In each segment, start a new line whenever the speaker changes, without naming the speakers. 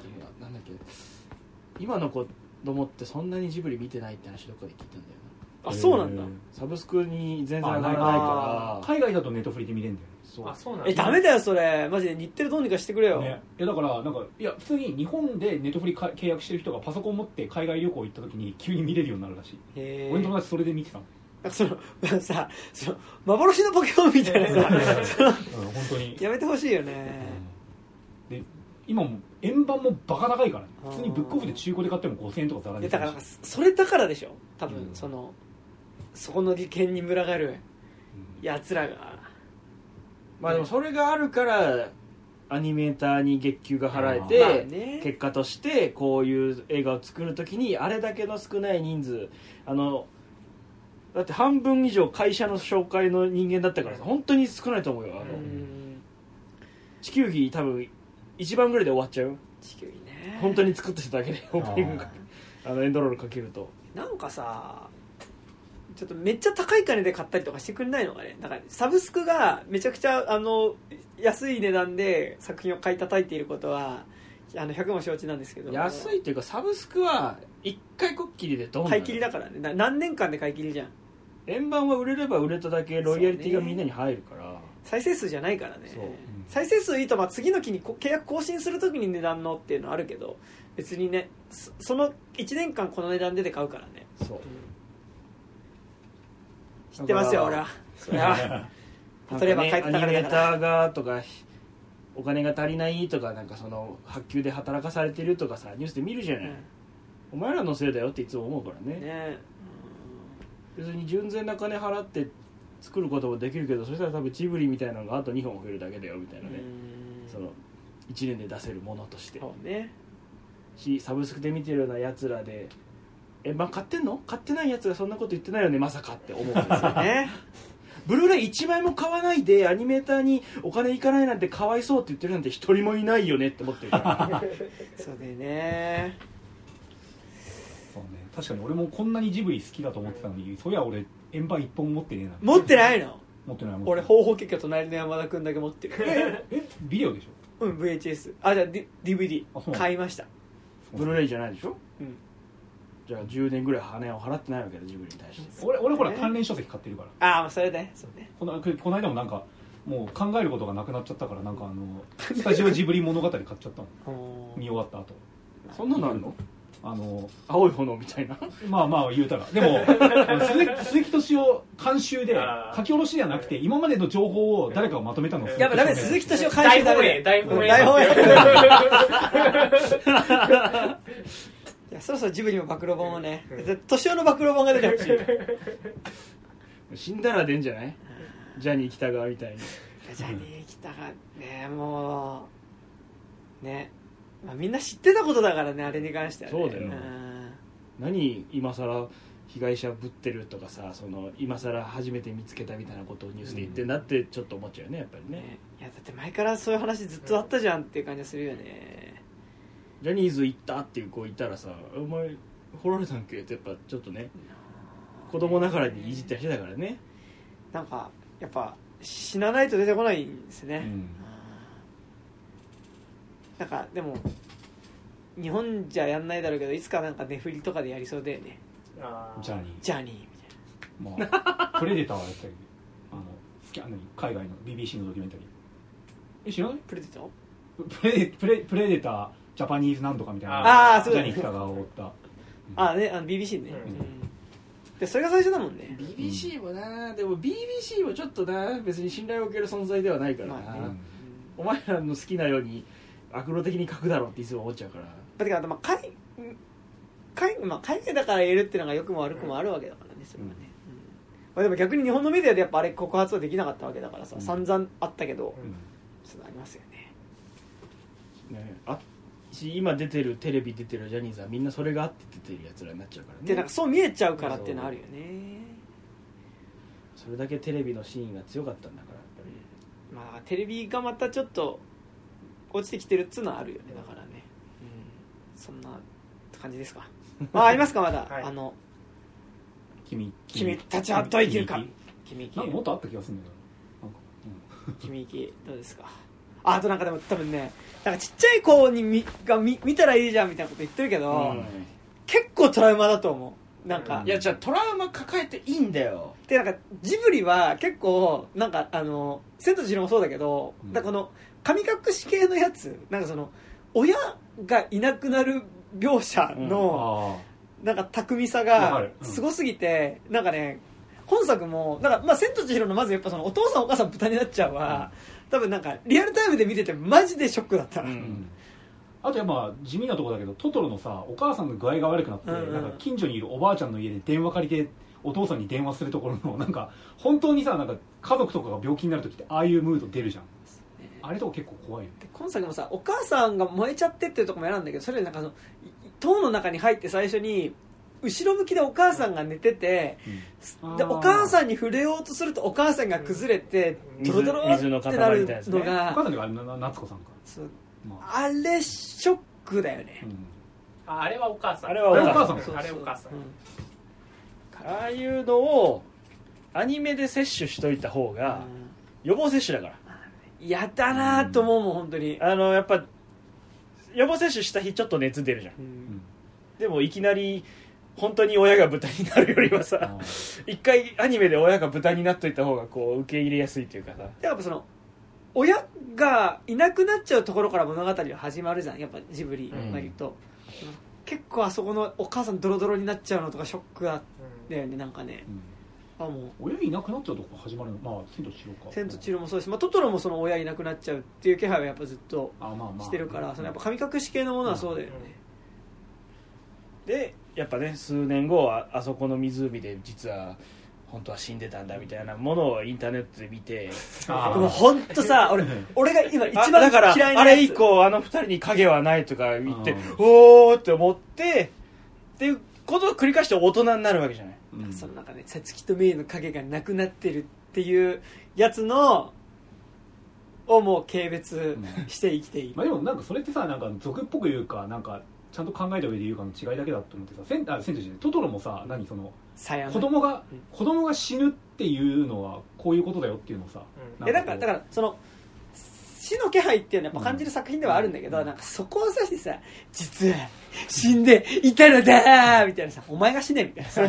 けど今の子供ってそんなにジブリ見てないって話どっかで聞いたんだよな
あそうなんだ
サブスクに全然上がらない
あ
から
海外だとネットフリで見れるんだよね
そう
あそうなん
えダメだよそれマジで日テレどうにかしてくれよ、
ね、いやだからなんかいや普通に日本でネットフリか契約してる人がパソコン持って海外旅行行った時に急に見れるようになるらしい、
へえ
俺の友達それで見 てたの、
なんかそのさその幻のポケモンみたいなさその
うん、本当に、
やめてほしいよね
で今も円盤もバカ高いからね普通にブックオフで中古で買っても5000円とかざら
い
に
やだからなんかそれだからでしょ多分、
うん
そのそこの利権に群がるやつらが
まあでもそれがあるからアニメーターに月給が払えて、
まあね
結果としてこういう映画を作る時にあれだけの少ない人数あのだって半分以上会社の紹介の人間だったからさ本当に少ないと思うよあの、
う
うん
地球儀多分一番ぐらいで終わっちゃうよ
地球にね
本当に作ってただけでオープニングかあのエンドロールかけると
なんかさちょっとめっちゃ高い金で買ったりとかしてくれないのかねなんかサブスクがめちゃくちゃあの安い値段で作品を買い叩いていることはあの100も承知なんですけど
安いっていうかサブスクは一回こっきりでどん
買い切りだからねな何年間で買い切りじゃん
円盤は売れれば売れただけロイヤリティがみんなに入るから
再生数じゃないからね
そううん
再生数いいとまあ次の期にこ契約更新するときに値段のっていうのはあるけど別にねそその1年間この値段でで買うからね
そう
知ってますよ俺はそれ は例えば買い
なんかねア
方か
ニメー
らだ
タ
か
ーがとかお金が足りないとかなんかその発給で働かされてるとかさニュースで見るじゃない、
ら
お前らのせいだよっていつも思うからね
ね
別に純然な金払って作ることもできるけどそしたら多分ジブリみたいなのがあと2本増えるだけだよみたいなね、
うん
その1年で出せるものとして
そうね
しサブスクで見てるようなやつらで「えまあ買ってんの買ってないやつがそんなこと言ってないよねまさか」って思うんですよ
ね
ブルーレイ1枚も買わないでアニメーターにお金いかないなんてかわいそうって言ってるなんて一人もいないよねって思ってるから
そうだよね
そうね確かに俺もこんなにジブリ好きだと思ってたのにそりゃ俺円盤一本持ってねえな
持ってないの
持ってない持ってない
俺方法結果隣の山田君だけ持ってる
えビデオでしょ
うん VHS あじゃあ D- DVD
あそう
買いました
ブルーレイじゃないでしょ
うん
じゃあ10年ぐらい羽を払ってないわけだジブリに対して
俺俺ほら関連書籍買ってるから
ああまあそれねそうね
このこの間もなんかもう考えることがなくなっちゃったからなんかあ のスタジオジブリ物語買っちゃったの見終わった後
そんなのあるの
あの
青い炎みたいな
まあまあ言うたらでも 鈴木鈴木敏夫監修で
あー
書き下ろしじゃなくて今までの情報を誰かがまとめたのが
やっぱダメ
鈴
鈴
木敏夫
木敏夫監修
大
ダ
放
メ
映
だ
大放映
大放映
映
いやそろそろジブリも暴露本をねで敏夫の暴露本が出て ほしいい
死んだら出んじゃないジャニー喜多川みたいに
やジャニー喜多がねもうね、まあ、みんな知ってたことだからねあれに関しては、ね、
そうだよ
ん
何今さら被害者ぶってるとかさその今さら初めて見つけたみたいなことをニュースで言ってんだってちょっと思っちゃうよねやっぱりね、
ねいやだって前からそういう話ずっとあったじゃんっていう感じがするよね
ジャニーズ行ったっていう子いたらさ「お前掘られたんけ?」ってやっぱちょっとね子供ながらにいじったりしてたからね
なんかやっぱ死なないと出てこないんですね、
うん
なんかでも日本じゃやんないだろうけどいつかなんか寝振りとかでやりそうだよね
ジャニ
ジャニーみ
ー、まあ、プレデターはやってたけどあの好きあの海外の BBC のドキュメンタリーえ知らない
たいなプレデター
プレプレプレデタージャパニーズなんとかみたいな
あーそう
ジ
だ
ャ
ね
ニー喜多川を追った
あねあの BBC ね、
うん
うんでそれが最初だもんね
BBC もなでも BBC もちょっとな別に信頼を受ける存在ではないからな、
まあ
うん
お前らの好きなように悪路的に書くだろうっていつも思っちゃうから
だけどまあ海海,、まあ、海外だから言えるっていうのが良くも悪くもあるわけだからねそれはね、うんまあ、でも逆に日本のメディアでやっぱあれ告発はできなかったわけだからさ、
うん
散々あったけど、
う
うん
そうなりますよね
ねあし今出てるテレビ出てるジャニーズはみんなそれがあって出てるやつらになっちゃうからね
でなんかそう見えちゃうからっていうのあるよね、
それだけテレビのシーンが強かったんだからやっぱり
まあ、だからテレビがまたちょっと落ちてきてるっつうのはあるよねだからね、うん、そんな感じですかあありますかまだ、
はい
あの
君
君たちはどう生きるか君
なんかも
行
っとあった気がするんだけどなんか、
き君行きどうですかああとなんかでも多分ねなんかちっちゃい子に見が見見たらいいじゃんみたいなこと言ってるけど、結構トラウマだと思うなんか、
いやじゃあトラウマ抱えていいんだよ
でなんかジブリは結構なんかあの「千と千尋」もそうだけど、
うん
だからこの神隠し系のやつなんかその親がいなくなる描写の、
あ
なんか巧みさ
わか
が
るうん
すごすぎて、なんかね本作もだから、まあ、千と千尋のまずやっぱそのお父さんお母さん豚になっちゃうは、多分なんかリアルタイムで見ててマジでショックだった、
う
あ、うんん、あとやっぱ地味なとこだけどトトロのさお母さんの具合が悪くなって、
うんうん
なんか近所にいるおばあちゃんの家で電話借りてお父さんに電話するところのなん か本当にさなんか家族とかが病気になる時ってああいうムード出るじゃんあれとか結構怖いよね
で今作もさお母さんが燃えちゃってっていうとこも嫌なんだけどそれよりなんかそのい塔の中に入って最初に後ろ向きでお母さんが寝てて、で
あー
お母さんに触れようとするとお母さんが崩れて、
うん
ドロドロ
水
ってな
水の塊
る
みたいなやつね
の
お母
が、
さんとかあれなな夏子さんか、
そう
まあ
あれショックだよね、
うん
ああれはお母さん
あれはお母
さん
そうそう
あれお母さん
う
ああいうのをアニメで摂取しといた方が予防接種だから
やだなと思うもん本当に、
あのやっぱ予防接種した日ちょっと熱出るじゃん
う
うんん
でもいきなり本当に親が豚になるよりは
あ
さ
ー
一回アニメで親が豚になっといた方がこう受け入れやすいっていうかさ
でやっぱその親がいなくなっちゃうところから物語は始まるじゃんやっぱジブリ
うん
割と、結構あそこのお母さんドロドロになっちゃうのとかショックだっ
うん
たよねなんかね
う
あ
ん
も
親いなくなっちゃうとこ始まるのまあ千と千尋か
う「千と千尋」もそうだし、まあ、トトロもその親いなくなっちゃうっていう気配はやっぱずっと
あまあまあ
してるから、そのやっぱ神隠し系のものはそうだよね、
でやっぱね数年後はあそこの湖で実は本当は死んでたんだみたいなものをインターネットで見て
あ
でも本当さ俺俺が今一
あ
番
だから
嫌いな
あ
やつ
れ以降あの二人に影はないとか言って
うん
おーって思ってっていうことを繰り返して大人になるわけじゃない
うん
その中でさつきとめいの影がなくなってるっていうやつのをもう軽蔑して生きている、
まあ、でもなんかそれってさなんか俗っぽく言うかなんかちゃんと考えた上で言うかの違いだけだと思ってさ「千あ千と千尋」トトロもさ何その
さや
子供が子供が死ぬっていうのはこういうことだよっていうのをさ、
うん
えだからだからその死の気配っていうのはやっぱ感じる作品ではあるんだけど、
うん
なんかそこをさしてさ実は死んでいたのだーみたいなさお前が死ねみたいな さ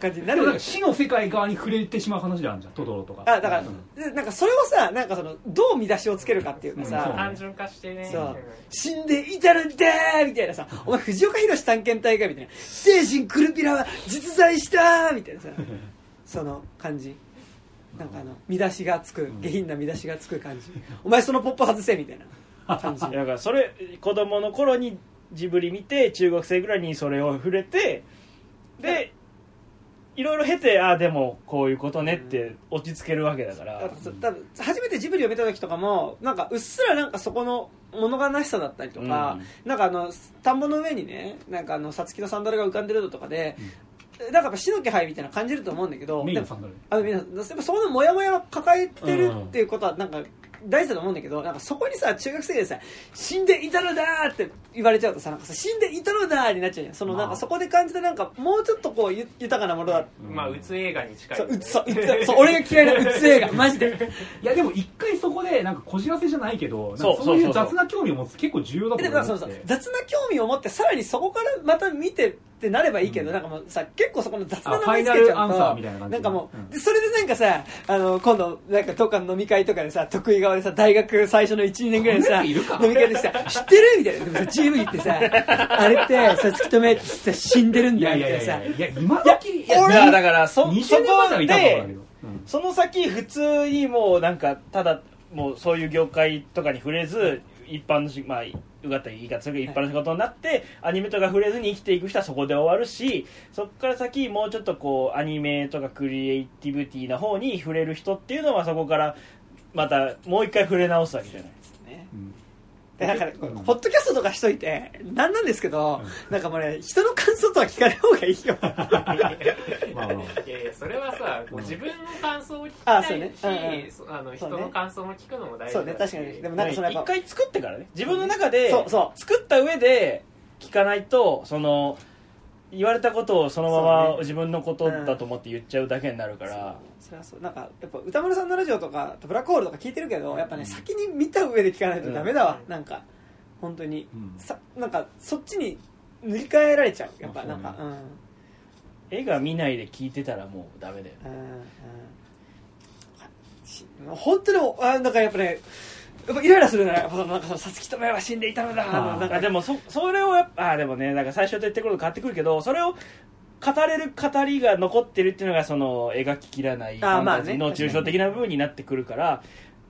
感じにな
で
る
もなんか死の世界側に触れてしまう話であるじゃんトトロとか
あだから、
うん
でなんかそれをさなんかそのどう見出しをつけるかっていうかさ、
うんそう
単純化してね
そうん死んでいたのだーみたいなさお前藤岡弘探検隊かみたいな精神クルピラは実在したーみたいなさその感じなんかあの見出しがつく
ん
下品な見出しがつく感じお前そのポップ外せみたいな感 じ
いやだからそれ子供の頃にジブリ見て中学生ぐらいにそれを触れてでいろいろ経てああでもこういうことねって落ち着けるわけだか
だかららさ多分初めてジブリを見た時とかもなんかうっすらなんかそこの物悲しさだったりとか、なんかあの田んぼの上にねなんかあのさつきのサンダルが浮かんでるのとかで、なんかやっぱ死の気配みたいな感じると思うんだけど
メイ
で
ンの
も
サンダル
あの皆さんやっぱそこのモヤモヤを抱えてるっていうことはなんか大事だと思うんだけどなんかそこにさ中学生でさ死んでいたのだーって言われちゃうとさなんかさ死んでいたのだーになっちゃうじゃんその
まあ
なんかそこで感じたなんかもうちょっとこうゆ豊かなものだ
うん
まあうつ映画に近い
そう
よね
うつ そううつそう俺が嫌いなうつ映画マジで
いやでも一回そこでなんかこじらせじゃないけどなんか
そう
そうい
そううそう
雑な興味を持つ結構重要だ
で
と
もなんか
思
そうの
って
さ雑な興味を持ってさらにそこからまた見てってなればいいけど、なんかもうさ結構そこの雑な名前つけちゃ
あファイナルア
う
ンサー
と
みたいな感じ
んかもう、
うん
でそれでなんかさあの今度なんかどっかの飲み会とかでさ得意側でさ大学最初の12年ぐらいでさ
こんなやついるか
飲み会でさ知ってるみたいなでもさチーム行って さあれってさつきとめってさ死んでるん
い
だ
や
よ
い
みた
や
いな
いやい
さ
やいや今時いや
いやだからそ
20
そこ
年前ならいたと思うんだけ
で
ど、うん
その先普通にもうなんかただもうそういう業界とかに触れず一般のしまあうがった言い方するけど一般の仕事になって、アニメとか触れずに生きていく人はそこで終わるしそこから先もうちょっとこうアニメとかクリエイティブティな方に触れる人っていうのはそこからまたもう一回触れ直すわけじゃない
ね
うん
でなんか、
うん
ポッドキャストとかしといて、なんなんですけど、なんかもうね、人の感想とは聞かない方がいいよ。
まあまあ
いやいやそれはさこう自分の感想を聞き
あ
た
そうねう
い
んうん
しそあの
そ
人
うね
の感想も聞くのも大
そう
事
ね、
だ
確
し
かに。でもなんかそのや
一
っぱ、
回作ってからね自分の中で
そうそ
作った上で聞かないとその言われたことをそのま
そう
ま
ね
自分のことだと思って言っちゃうだけになるから
そそりゃそうなんかやっぱ歌丸さんのラジオとかブラックホールとか聞いてるけどやっぱね先に見た上で聞かないとダメだわ、
うん
なんか本当に、
うん
さなんかそっちに塗り替えられちゃうやっぱ
ま
な
あ
んか、
そう
映画見ないで聞いてたらもうダメだよ
うんうんうんし本当にあなんかやっぱねやっぱイライラするねやっぱなんかそのさつきとめは死んでいたのだ
あー
あのなんか
あでもそそれをやっぱあでもねなんか最初と言ってくること変わってくるけどそれを語れる語りが残ってるっていうのがその描ききらないフ
あー
ァン
まあ
タジ
ね
ーの抽象的な部分になってくるから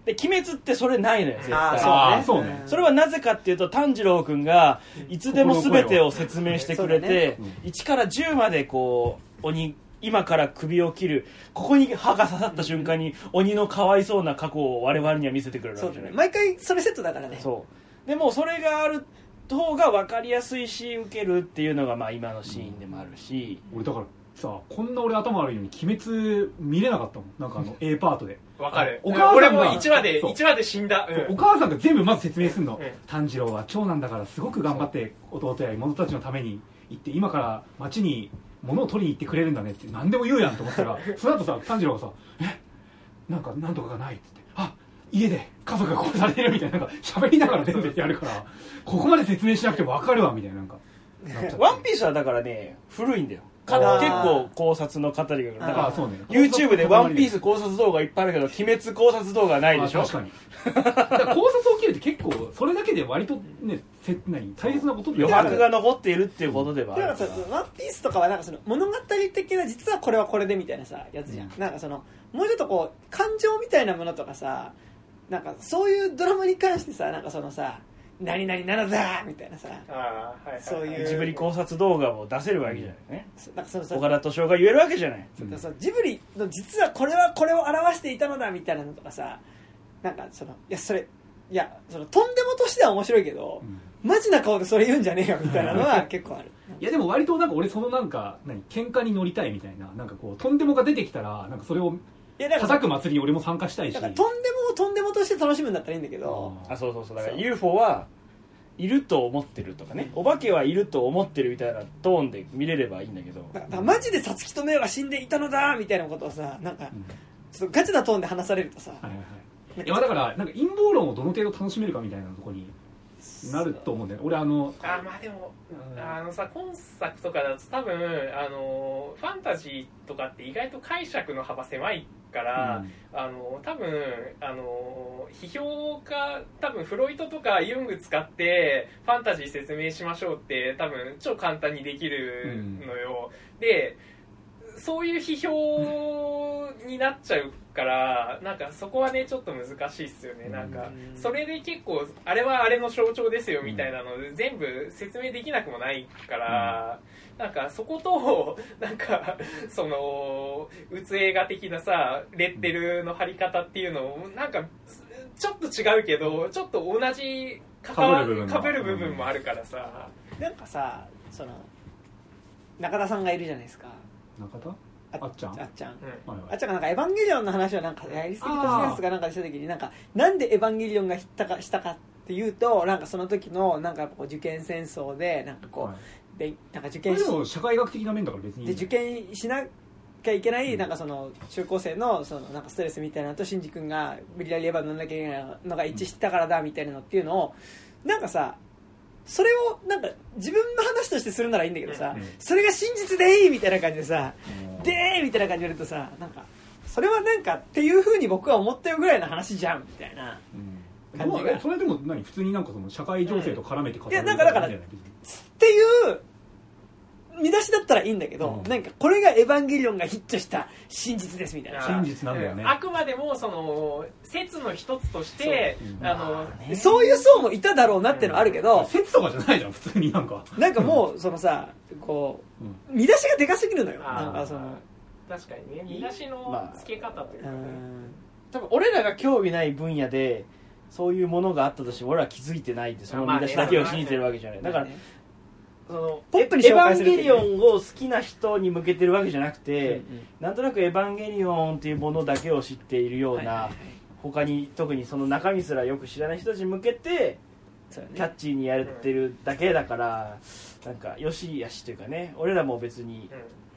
で鬼滅ってそれないのよ絶
あ
対
あ
ー
ーそうね
それはなぜかっていうと炭治郎君がいつでも全てを説明してくれて、
心の声を
1から10までこう鬼今から首を切るここに歯が刺さった瞬間に鬼のかわいそうな過去を我々には見せてくれるわ
そ
け
う
じ
だ
ゃな
ね
い
毎回それセットだからね
そうでもそれがある方が分かりやすいし受けるっていうのがまあ今のシーンでもあるし、
俺だからさこんな俺頭悪いのに鬼滅見れなかったもんなんかあ の A パートで
わかる
お母さんが
俺も1話で
そう
一話で死んだうん
お母さんが全部まず説明するの、
うん
炭治郎は長男だからすごく頑張って弟や妹たちのために行って今から町に物を取りに行ってくれるんだねって何でも言うやんと思った らその後さ炭治郎がさ「えなんかなんとかがない」っつって「あ家で家族が殺されてる」みたいななんか喋りながら全部やるからここまで説明しなくて分かるわみたいななん かなっちゃって
ワンピースはだからね古いんだよか
あー
結構考察の語りがだか
あ
ら
あそうね
YouTube で「ワンピース考察動画いっぱいあるけど鬼滅考察動画ないでし
あ
ょ
確かに だから考察を切るって結構それだけで割とねせ何大切なことで
余白が残っているっていうことではあ
だか
る
ら
か
さ
ら
「ワンピースとかはなんかその物語的な実はこれはこれでみたいなさやつじゃん、
う
なんかそのもうちょっとこう感情みたいなものとかさなんかそういうドラマに関してさなんかそのさ「何々なのだ!」みたいなさ
あーはいはいはい
そういう
ジブリ考察動画を出せるわけじゃないね
そなんかそのさ
岡田斗司夫が言えるわけじゃない
そうそうジブリの実はこれはこれを表していたのだみたいなのとかさなんかそのいやそれいやそのとんでもとしては面白いけど、
うん
マジな顔でそれ言うんじゃねえよみたいなのは結構ある
いやでも割となんか俺そのなんか何喧嘩に乗りたいみたいななんかこうとんでもが出てきたらなんかそれを
いやだから
叩く祭りに俺も参加したいし
だからとんでもをとんでもとして楽しむんだったらいいんだけど、
あそうそうそうだから
そう
UFO はいると思ってるとかねお化けはいると思ってるみたいなトーンで見れればいいんだけど
なんかだからマジでさつきとめは死んでいたのだみたいなことをさなんか
うん
ちょっとガチなトーンで話されるとさ、
はいはいはいいやだからなんか陰謀論をどの程度楽しめるかみたいなとこになると思うんだよね俺あの
あーまあでも
うん
あのさ今作とかだと多分あのファンタジーとかって意外と解釈の幅狭いから、あの多分あの批評家多分フロイトとかユング使ってファンタジー説明しましょうって多分超簡単にできるのよ、でそういう批評になっちゃうからなんかそこはねちょっと難しいっすよねなんか
うん
それで結構あれはあれの象徴ですよみたいなので全部説明できなくもないから、なんかそことなん かそのうつ映画的なさレッテルの貼り方っていうのをなんかちょっと違うけどちょっと同じ関わ
被る部分も
被る部分もあるからさ、
なんかさその中田さんがいるじゃないですか
中田あっちゃん
あっちゃん
う
は
ん
い
あ
は
っ
い
ちゃんがなんかエヴァンゲリオンの話をなんかやりすぎたやつがなんかした時になんかなんでエヴァンゲリオンがしたかしたかっていうとなんかその時のなんかやっぱこう受験戦争でなんかこ
は
うでなんか受
い
験
で
し
も社会学的な面だから別に
で受験しなきゃいけな
う
い
ん
なんかその中高生のそのなんかストレスみたいなのとシンジ君が無理やりエヴァに乗んなきゃいけないのが一致してたからだみたいなのっていうのをなんかさそれをなんか自分の話としてするならいいんだけどさ
うん
それが真実でいいみたいな感じでさ
うん
でーみたいな感じで言うとさなんかそれはなんかっていうふうに僕は思ってるぐらいの話じゃんみたいな
うん
感じが
まあえそれでも何普通になんかその社会情勢と絡めて語る
いやなんかだから
みたいな別に
っていう見出しだったらいいんだけど、
うん
なんかこれが「エヴァンゲリオン」がヒットした真実ですみたいな
真実なんだよね
うあくまでもその説の一つとして
そううん
あの
でそういう層もいただろうなってのはあるけど、
説とかじゃないじゃん普通になんか
なんかもうそのさこ
うん
う見出しがでかすぎるのよ
あー
なんかその
確かにね見出しの付け方という
う
か、ね
ん
多分俺らが興味ない分野でそういうものがあったとしても俺らは気づいてないでその見出しだけを信じてるわけじゃないだから
ね
その
ポップに
エ
紹
ヴァ
介
ン
する
ゲリオンを好きな人に向けてるわけじゃなくて
うんうん
なんとなくエヴァンゲリオンっていうものだけを知っているよう
はいはいは
ない他に特にその中身すらよく知らない人たちに向けて
そうよね
キャッチーにやってるだけだからなんかよし悪しというかね俺らも別に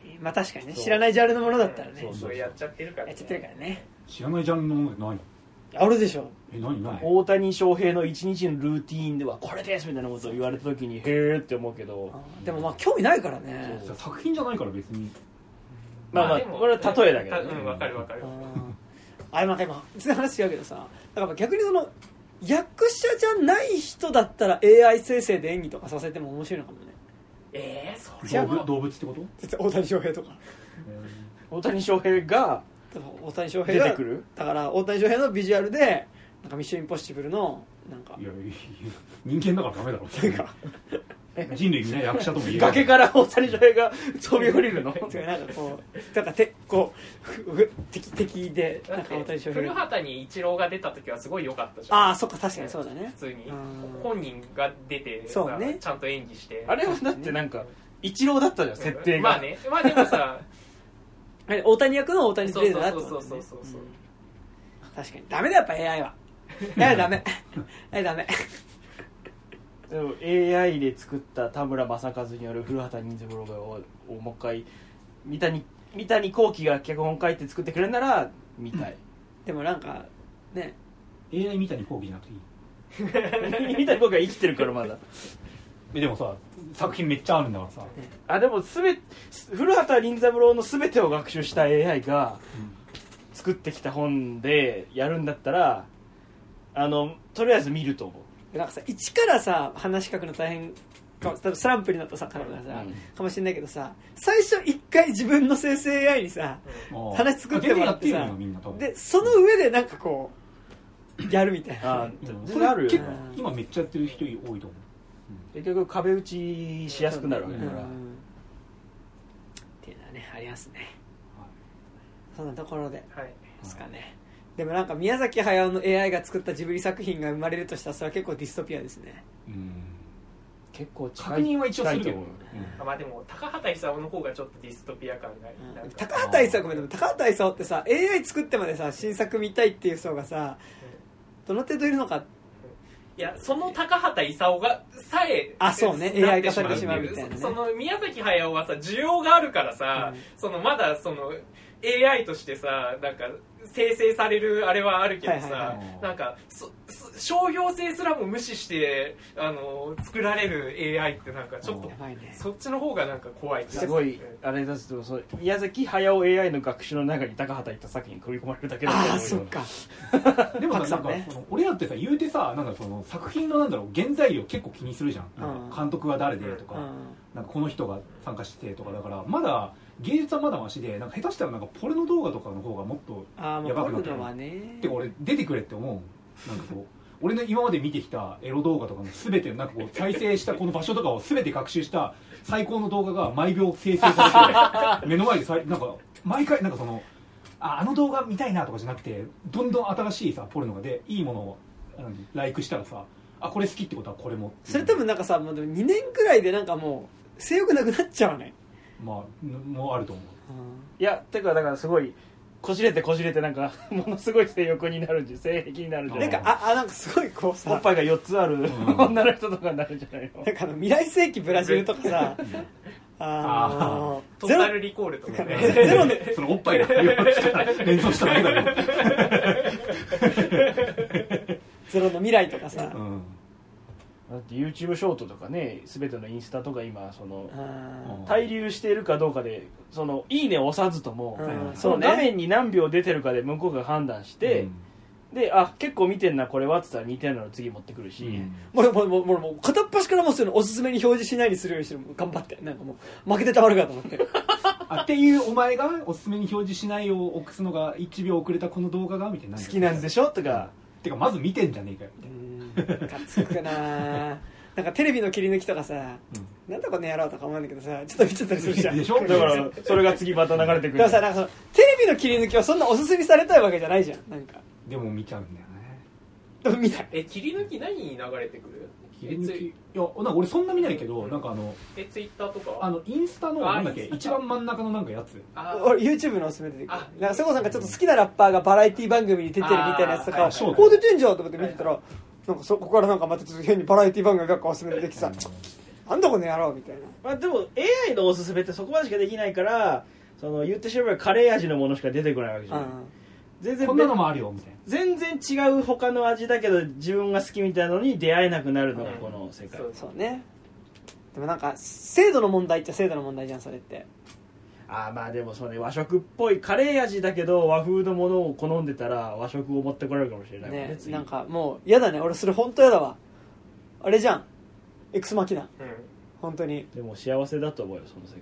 うん
いにまあ確かにね
そう
知らないジャンルのものだったらね
そう
そうやっちゃってるから、
やっちゃってるからね
知らないジャンルのものない
あるでしょ
え何何
大谷翔平の一日のルーティーンではこれですみたいなことを言われた時にへえって思うけど
でもまあ興味ないからね
そう
作品じゃないから別に
まあまあ
でも
これは例えだけど
う
ね
んわかるわかる
うんあれまあでも全然話違うけどさだからまあ逆にその役者じゃない人だったら AI 生成で演技とかさせても面白いのかもね
ええそれ
動
は
物動物ってこと
だって大谷翔平とか
大谷翔平が
だから大谷翔
出
平
て
が
くる
だから大谷翔平のビジュアルでなんかミッションインポッシブルのなんか
いやいやいや人間だからダメだろ
か
人類にね役者とも言えない
崖から大谷翔平が飛び降りる の
違うなんかこうなんかてこうふふ敵敵でなんか大
だって
谷翔平
古
が
畑に一郎が出た時はすごい良かったじゃん
ああそっか確かにそうだね
普通に
うん
本人が出てさ
そうね
ちゃんと演技して
あれはだってなんか一郎だったじゃん設定が
まあねまあでもさ
え大谷役の大谷プ
そう
レイ
そ
だ
う
な
そ
って
う
こと
そう
だ
そ
よ
う
ね
そう
うん確かにダメだやっぱ AI は AI はダメ AI ダメ
でも AI で作った田村正和による古畑任三郎ををもう一回三谷三谷幸喜が脚本書いて作ってくれるなら見たい
でもなんかね
AI みたいに講義じゃなくていい
三谷幸喜が生きてるからまだ
えでもさ作品めっちゃあるんだからさ、
あでもすべ古畑任三郎の全てを学習した AI が作ってきた本でやるんだったらあのとりあえず見ると思う
なんかさ一からさ話し書くの大変か多分スランプになったさからがさ、
うん
かもしれないけどさ最初一回自分の生成 AI にさ
もう
話作ってもらって
全然や
さ
るよみんな多分
でその上でなんかこうやるみたいな
あ
うん
それあるよ
結
ね
構今めっちゃやってる人多いと思う
結局壁打ちしやすくなるわ
う
け
ん
だ
っ
から、
ていうのはねありますね
はい
そんなところで
はい
ですかねでもなんか宮崎駿の AI が作ったジブリ作品が生まれるとしたらそれは結構ディストピアですね
うん
結構近い
確認は一応する
近
けど
いと思う
あまあでも高畑勲の方がちょっとディストピア感がある
うん
なんか
高畑勲ごめんでも高畑勲ってさ AI 作ってまでさ新作見たいっていう層がさどの程度いるのか
いやその高畑勲がさえ
あそうね
なっ
AI 化されてしまうみたいなね
そその宮崎駿はさ需要があるからさ、
うん
そのまだその AI としてさなんか生成されるあれはあるけどさ、
はいはい
はい
なんかそそ商業性すらも無視してあの作られる AI ってなんかちょっと
やばいね
そっちの方がなんか怖い
すごいあれだとそう宮崎駿 AI の学習の中に高畑いった作品に組み込まれるだけだと思う
あ
よ
あそっか
でも
たくさ
さなんん
ね
かその俺らってさ言うてさなんかその作品のなんだろう原材料結構気にするじゃんなんか監督は誰でとか
うん
なんかこの人が参加してとかだからまだ芸術はまだましでなんか下手したらなんかポルノ動画とかの方がもっと
ああも
や
う
ば
ポ
くなっ
ル
て
ノはね
てか俺出てくれって思うもんなんかこう俺の今まで見てきたエロ動画とかの全てなんかこう再生したこの場所とかを全て学習した最高の動画が毎秒生成されて目の前でさなんか毎回なんかそのああの動画見たいなとかじゃなくてどんどん新しいさポルノがでいいものをあのライクしたらさあこれ好きってことはこれもっていう
それ多分なんかさもうでも2年くらいでなんかもう性欲なくなっちゃうね
まあんもうあると思う
いやてかだからすごいこじれてこじれてなんかものすごい性欲になるんじゃ性癖になるんじゃな
な
んい
かああなんかすごいこう
おっ
さ
ぱいが4つある
ん
女の人とかになるんじゃないの
なんかあの未来世紀ブラジルとかさあの
トー
ゼロ
タルリコールとかね
ゼロで
そのおっぱいが連想しただけだけど、
ゼロの未来とかさ
うん
だって YouTube ショートとかね全てのインスタとか今その
うん
滞留しているかどうかでそのいいねを押さずとも、
うん
そ
そう
の画
ね
面に何秒出てるかで向こうが判断して、であ結構見てんなこれはっつったら似てるの次持ってくるし、
うん
もうもうもうもうもう片っ端からもうそういうのおすすめに表示しないようにするようにしてるもう頑張ってなんかもう負けてたまるかと思って
あっていうお前がおすすめに表示しないよう起すのが1秒遅れたこの動画がみたいな
好きなんでしょとか、
てかまず見てんじゃねえかよ、
うんかっつくかななんかテレビの切り抜きとかさなんだこの野郎とか思うんだけどさちょっと見ちゃったりするじゃん
でしょ
だからそれが次また流れてく
で
る
もさなんかそのテレビの切り抜きはそんなおすすめされたいわけじゃないじゃんなんか
でも見ちゃうんだよね
でも見ない
え切り抜き何に流れてくる
切り抜きいやなんか俺そんな見ないけど、なんかあの
えツイッターとか
あのインスタのなんだっけ
あインス
一
タか
番真ん中のなんかやつ
あ
俺 YouTube のおすすめ出てくる
あ
なんかそれこそなんかちょっと好きなラッパーがバラエティ番組に出てるみたいなやつとか
あーはい
はい
こう出てんじゃんと思って見てたらなんかそこからなんかまたちょっと変にバラエティ番組ばっかおすすめ出てきてさなんだこの野郎みたいな
まあ、でも AI のおすすめってそこまでしかできないからその言ってしまえばカレー味のものしか出てこないわけじゃない
あ
全然
こんなのもあるよみたいな
全然違う他の味だけど自分が好きみたいなのに出会えなくなるのがこの世界、
うん
ーそうねでもなんか制度の問題っちゃ制度の問題じゃんそれって
ああまあでもそれ和食っぽいカレー味だけど和風のものを好んでたら和食を持ってこられるかもしれないもん
ね
次
なんかもう嫌だね俺それ本当嫌だわあれじゃんエクスマキナ
うん
本当に
でも幸せだと思うよその世界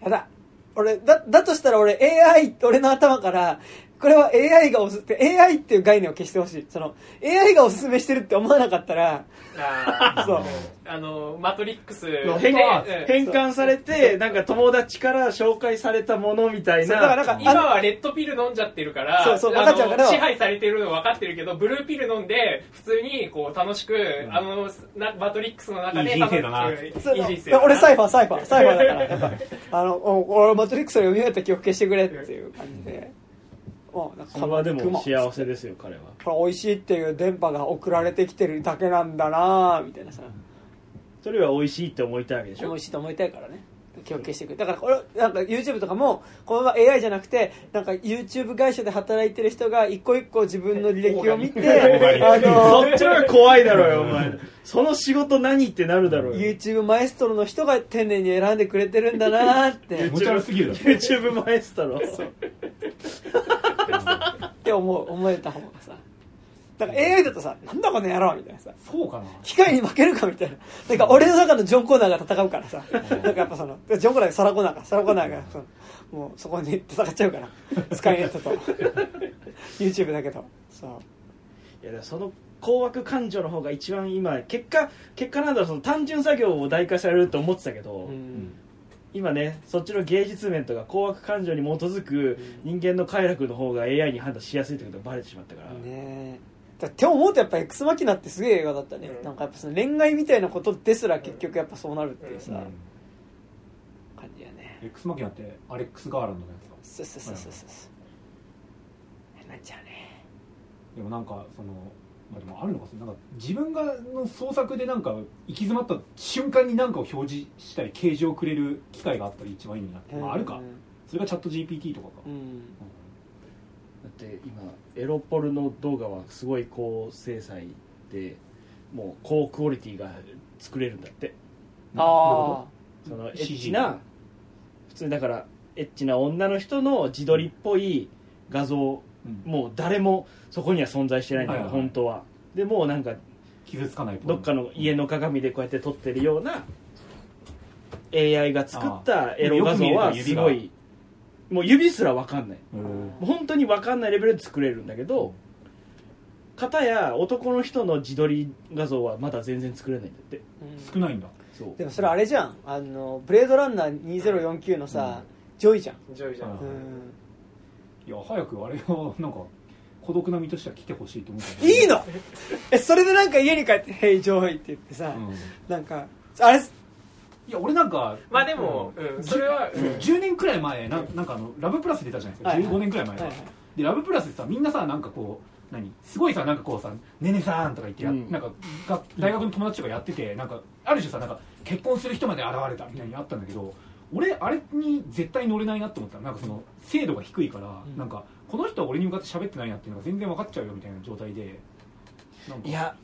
は
やだ俺だだとしたら俺 AI 俺の頭からこれは AI がおすすめ AI っていう概念を消してほしいその AI がおすすめしてるって思わなかったら
あ
そう
ーあのマトリックス
の
変
本当は
でうん
変換されてなんか友達から紹介されたものみたい
そうだか
な
らなんか
今はレッドピル飲んじゃってるから
そうそう
あ
分か
の
っちゃうから
支配されてるの分かってるけどブルーピル飲んで普通にこう楽しく、あのなマトリックスの中で
いい人生だな
楽しく
その
いい人生だな
俺サイファーサイファーサイファーだからあのお俺マトリックスを読み終えた記憶消してくれっていう感じでもうなんか
それはでも幸せ
で
ですよ彼は
これ美味しいっていう電波が送られてきてるだけなんだなぁみたいなさ
それは美味しいって思いたいわけでし
美
ょ
味しいと思いたいからね気を消してくれだからこれなんか YouTube とかもこのまま AI じゃなくてなんか YouTube 会社で働いてる人が一個一個自分の履歴を見
オーガニ
てあ
ック
の
そっちの方が怖いだろうよお 前その仕事何ってなるだろうよ
YouTube マエストロの人が丁寧に選んでくれてるんだなーって
持ち悪すぎるだろ
YouTube マエストロ
って思う思えた方がさだから AI だとさなんだこの野郎みたいなさ
そ うかな
機械に負けるかみたいななんか俺の中のジョン・コーナーが戦うからさなんかやっぱそのジョン・コーナーサラ・コーナーかサラ・コーナーがそのもうそこに戦っちゃうから スカイネットと YouTube だけどそう
いやでもその困惑感情の方が一番今結果結果なんだろうその単純作業を代化されると思ってたけど、
うん
今ねそっちの芸術面とか困惑感情に基づく人間の快楽の方が AI に判断しやすいってことがバレてしまったから、
ねえだって思うとやっぱ「エクスマキナ」ってすげえ映画だったね、
うん
なんかやっぱその恋愛みたいなことですら結局やっぱそうなるっていうさ、
うん
感じやね
X マキナってアレックス・ガーランドのやつ
そ
だ
うそうそうそうそうなっちゃうね
でもなんかその、まあ、でもあるのかそのなんか自分がの創作でなんか行き詰まった瞬間に何かを表示したり形状をくれる機会があったら一番いいんだって、まあ、あるかそれがチャット GPT とかか、
うん、うん
だって今エロポルの動画はすごい高精細でもう高クオリティが作れるんだって
うん
あ
そのエッ
CG
チな普通にだからエッチな女の人の自撮りっぽい画像
うん
もう誰もそこには存在してないんだよ、
はいはい
本当はでもうなんか
傷つかない
どっかの家の鏡でこうやって撮ってるような AI が作ったエロ画像はすごいもう指すら分かんない
うん
もう本当に分かんないレベルで作れるんだけど片や男の人の自撮り画像はまだ全然作れないんだって
少ないんだ
そう
でもそれあれじゃんあのブレードランナー2049のさ、ジョイじゃん、
ジョイじゃん、
う
うん
いや早くあれはなんか孤独な身としては来てほしいと思うけど
いいの えそれでなんか家に帰って「 ヘイジョイ」って言ってさ、
うんい
なんかあれ
や俺なんか
まあでも、
う
うんんそれは、うん
10年くらい前ななんかあのラブプラス出たじゃないですか、
はいはい
15年くらい前、
はいはい
でラブプラスってさみんなさなんかこう何すごいさなんかこうさ「ねねさん」とか言ってや、
うん
なんかが大学の友達とかやっててなんかある種さなんか結婚する人まで現れたみたいにあったんだけど俺あれに絶対乗れないなと思ったなんかその精度が低いから、
うん
なんかこの人は俺に向かって喋ってないなっていうのが全然分かっちゃうよみたいな状態でなんか
いや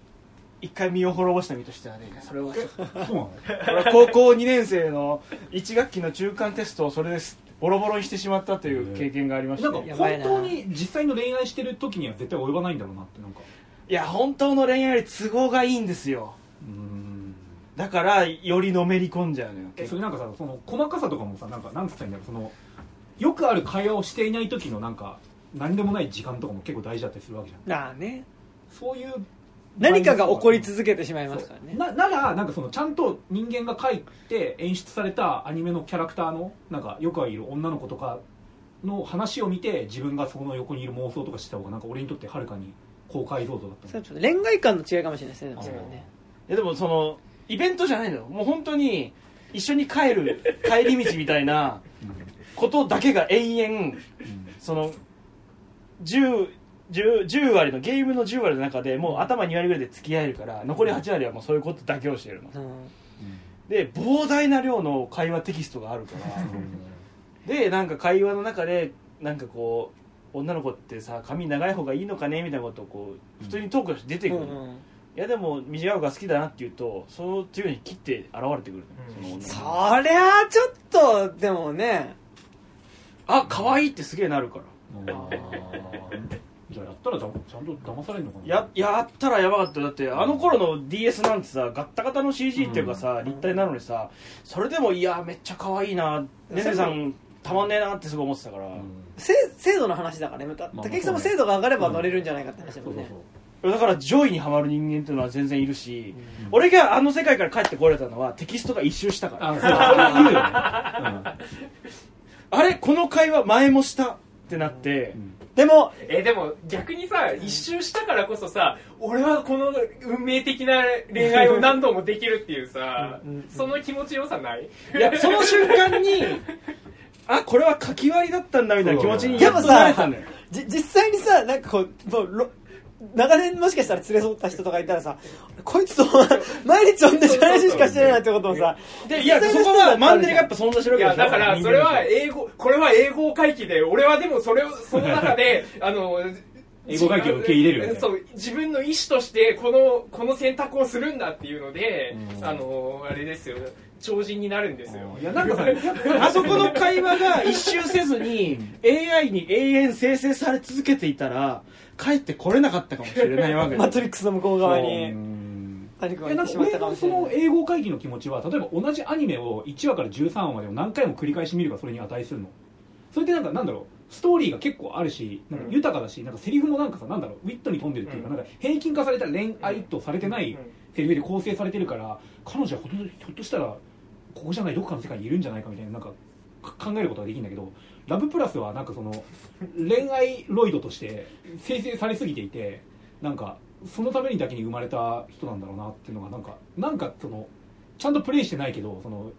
一回身を滅ぼした身としてはねそれ は
そうなの
俺は高校2年生の1学期の中間テストをそれですボロボロにしてしまったという経験がありまして、
なんか
やばい
本
な
当に実際の恋愛してる時には絶対及ばないんだろうなってなんか
いや本当の恋愛より都合がいいんですよ
うーん
だからよりのめり込んじゃうのよ
え
結
そ
構
れなんかさその細かさとかもさなんかなんつったらいいんだろうそのよくある会話をしていない時のなんか何でもない時間とかも結構大事だったりするわけじゃん
なあね
そういう
何かが起こり続けてしまいますからね
なならなんかそのちゃんと人間が描いて演出されたアニメのキャラクターのなんかよくいる女の子とかの話を見て自分がその横にいる妄想とかした方がなんか俺にとってはるかに高解像度だった
そ
の
れちょっと恋愛観の違いかもしれないですねでもそれはね
いやでもそのイベントじゃないのよもう本当に一緒に帰 る帰り道みたいなことだけが延々
うんうん
その 10, 10, 10割のゲームの10割の中でもう頭2割ぐらいで付き合えるから残り8割はもうそういうことだけをしてるの
うん
で膨大な量の会話テキストがあるから
うん
でなんか会話の中でなんかこう女の子ってさ髪長い方がいいのかねみたいなことをこう普通にトークとして出てくる、いやでも短い方が好きだなって言うとその強いに切って現れてくる、
うん
そ
そ
の女の子
りゃあちょっとでもね
あ可愛いってすげえなるから
じゃあやったらだちゃんと騙されるのかな
ややったらやばかったよだってあの頃の DS なんてさガッタガタの CG っていうかさ、
うん
立体なのにさそれでもいやめっちゃ可愛いなねねさんたまんねえなってすごい思ってたから、
うん
せ精度の話だからねまた
まあ
武井さんも精度が上がれば乗れるんじゃないかって話だ
そ
も
うんそう
ね
そう
だから上位にはまる人間っていうのは全然いるし、
うん
俺があの世界から帰ってこれたのはテキストが一周したからあ
あそうそう言うよね
れこの会話前もしたってなって、
うん
でも
えでも逆にさ一周したからこそさ俺はこの運命的な恋愛を何度もできるっていうさ
うんうん
その気持ちよさない
いやその瞬間 にあこれはかき割りだったんだみたいな気持ち に
で
やっ
も
となれ
さ
たのよ
じ実際にさなんかこうもうろ長年もしかしたら連れ添った人とかいたらさこいつと毎日同じ話しかしてないなってこともさ
いや
実
そこ
際の人だ
は
ったら
マンネリがやっぱ存在してる
い
わけで
や
しょ
だからそれは英語これは英語回帰で俺はでもそ れをその中であの
英語回帰を受け入れるよね
そう自分の意思としてこのこの選択をするんだっていうので、
うん
あのあれですよ超人になるんですよ
いやなん かさ
あそこの会話が一周せずに AI に永遠生成され続けていたら帰ってこれなかったかもしれないわけ
マ
で
トリックスの向こう側
う
に
ん
何か
い
が行
やな
って
んか
しまっ
俺
たかも
の
し
そ
れない
の英語会議の気持ちは例えば同じアニメを1話から13話までを何回も繰り返し見るがそれに値するのそれってなんかなんだろうストーリーが結構あるしなんか豊かだしなんかセリフもなんかさなんだろうウィットに富んでるっていうか,、
うん
なんか平均化された恋愛とされてないセリフで構成されてるから彼女はほとんどひょっとしたらここじゃないどっかの世界にいるんじゃないかみたいななんかか考えることができるんだけどラブプラスはなんかその恋愛ロイドとして生成されすぎていてなんかそのためにだけに生まれた人なんだろうなっていうのがなんかなんかそのちゃんとプレイしてないけどその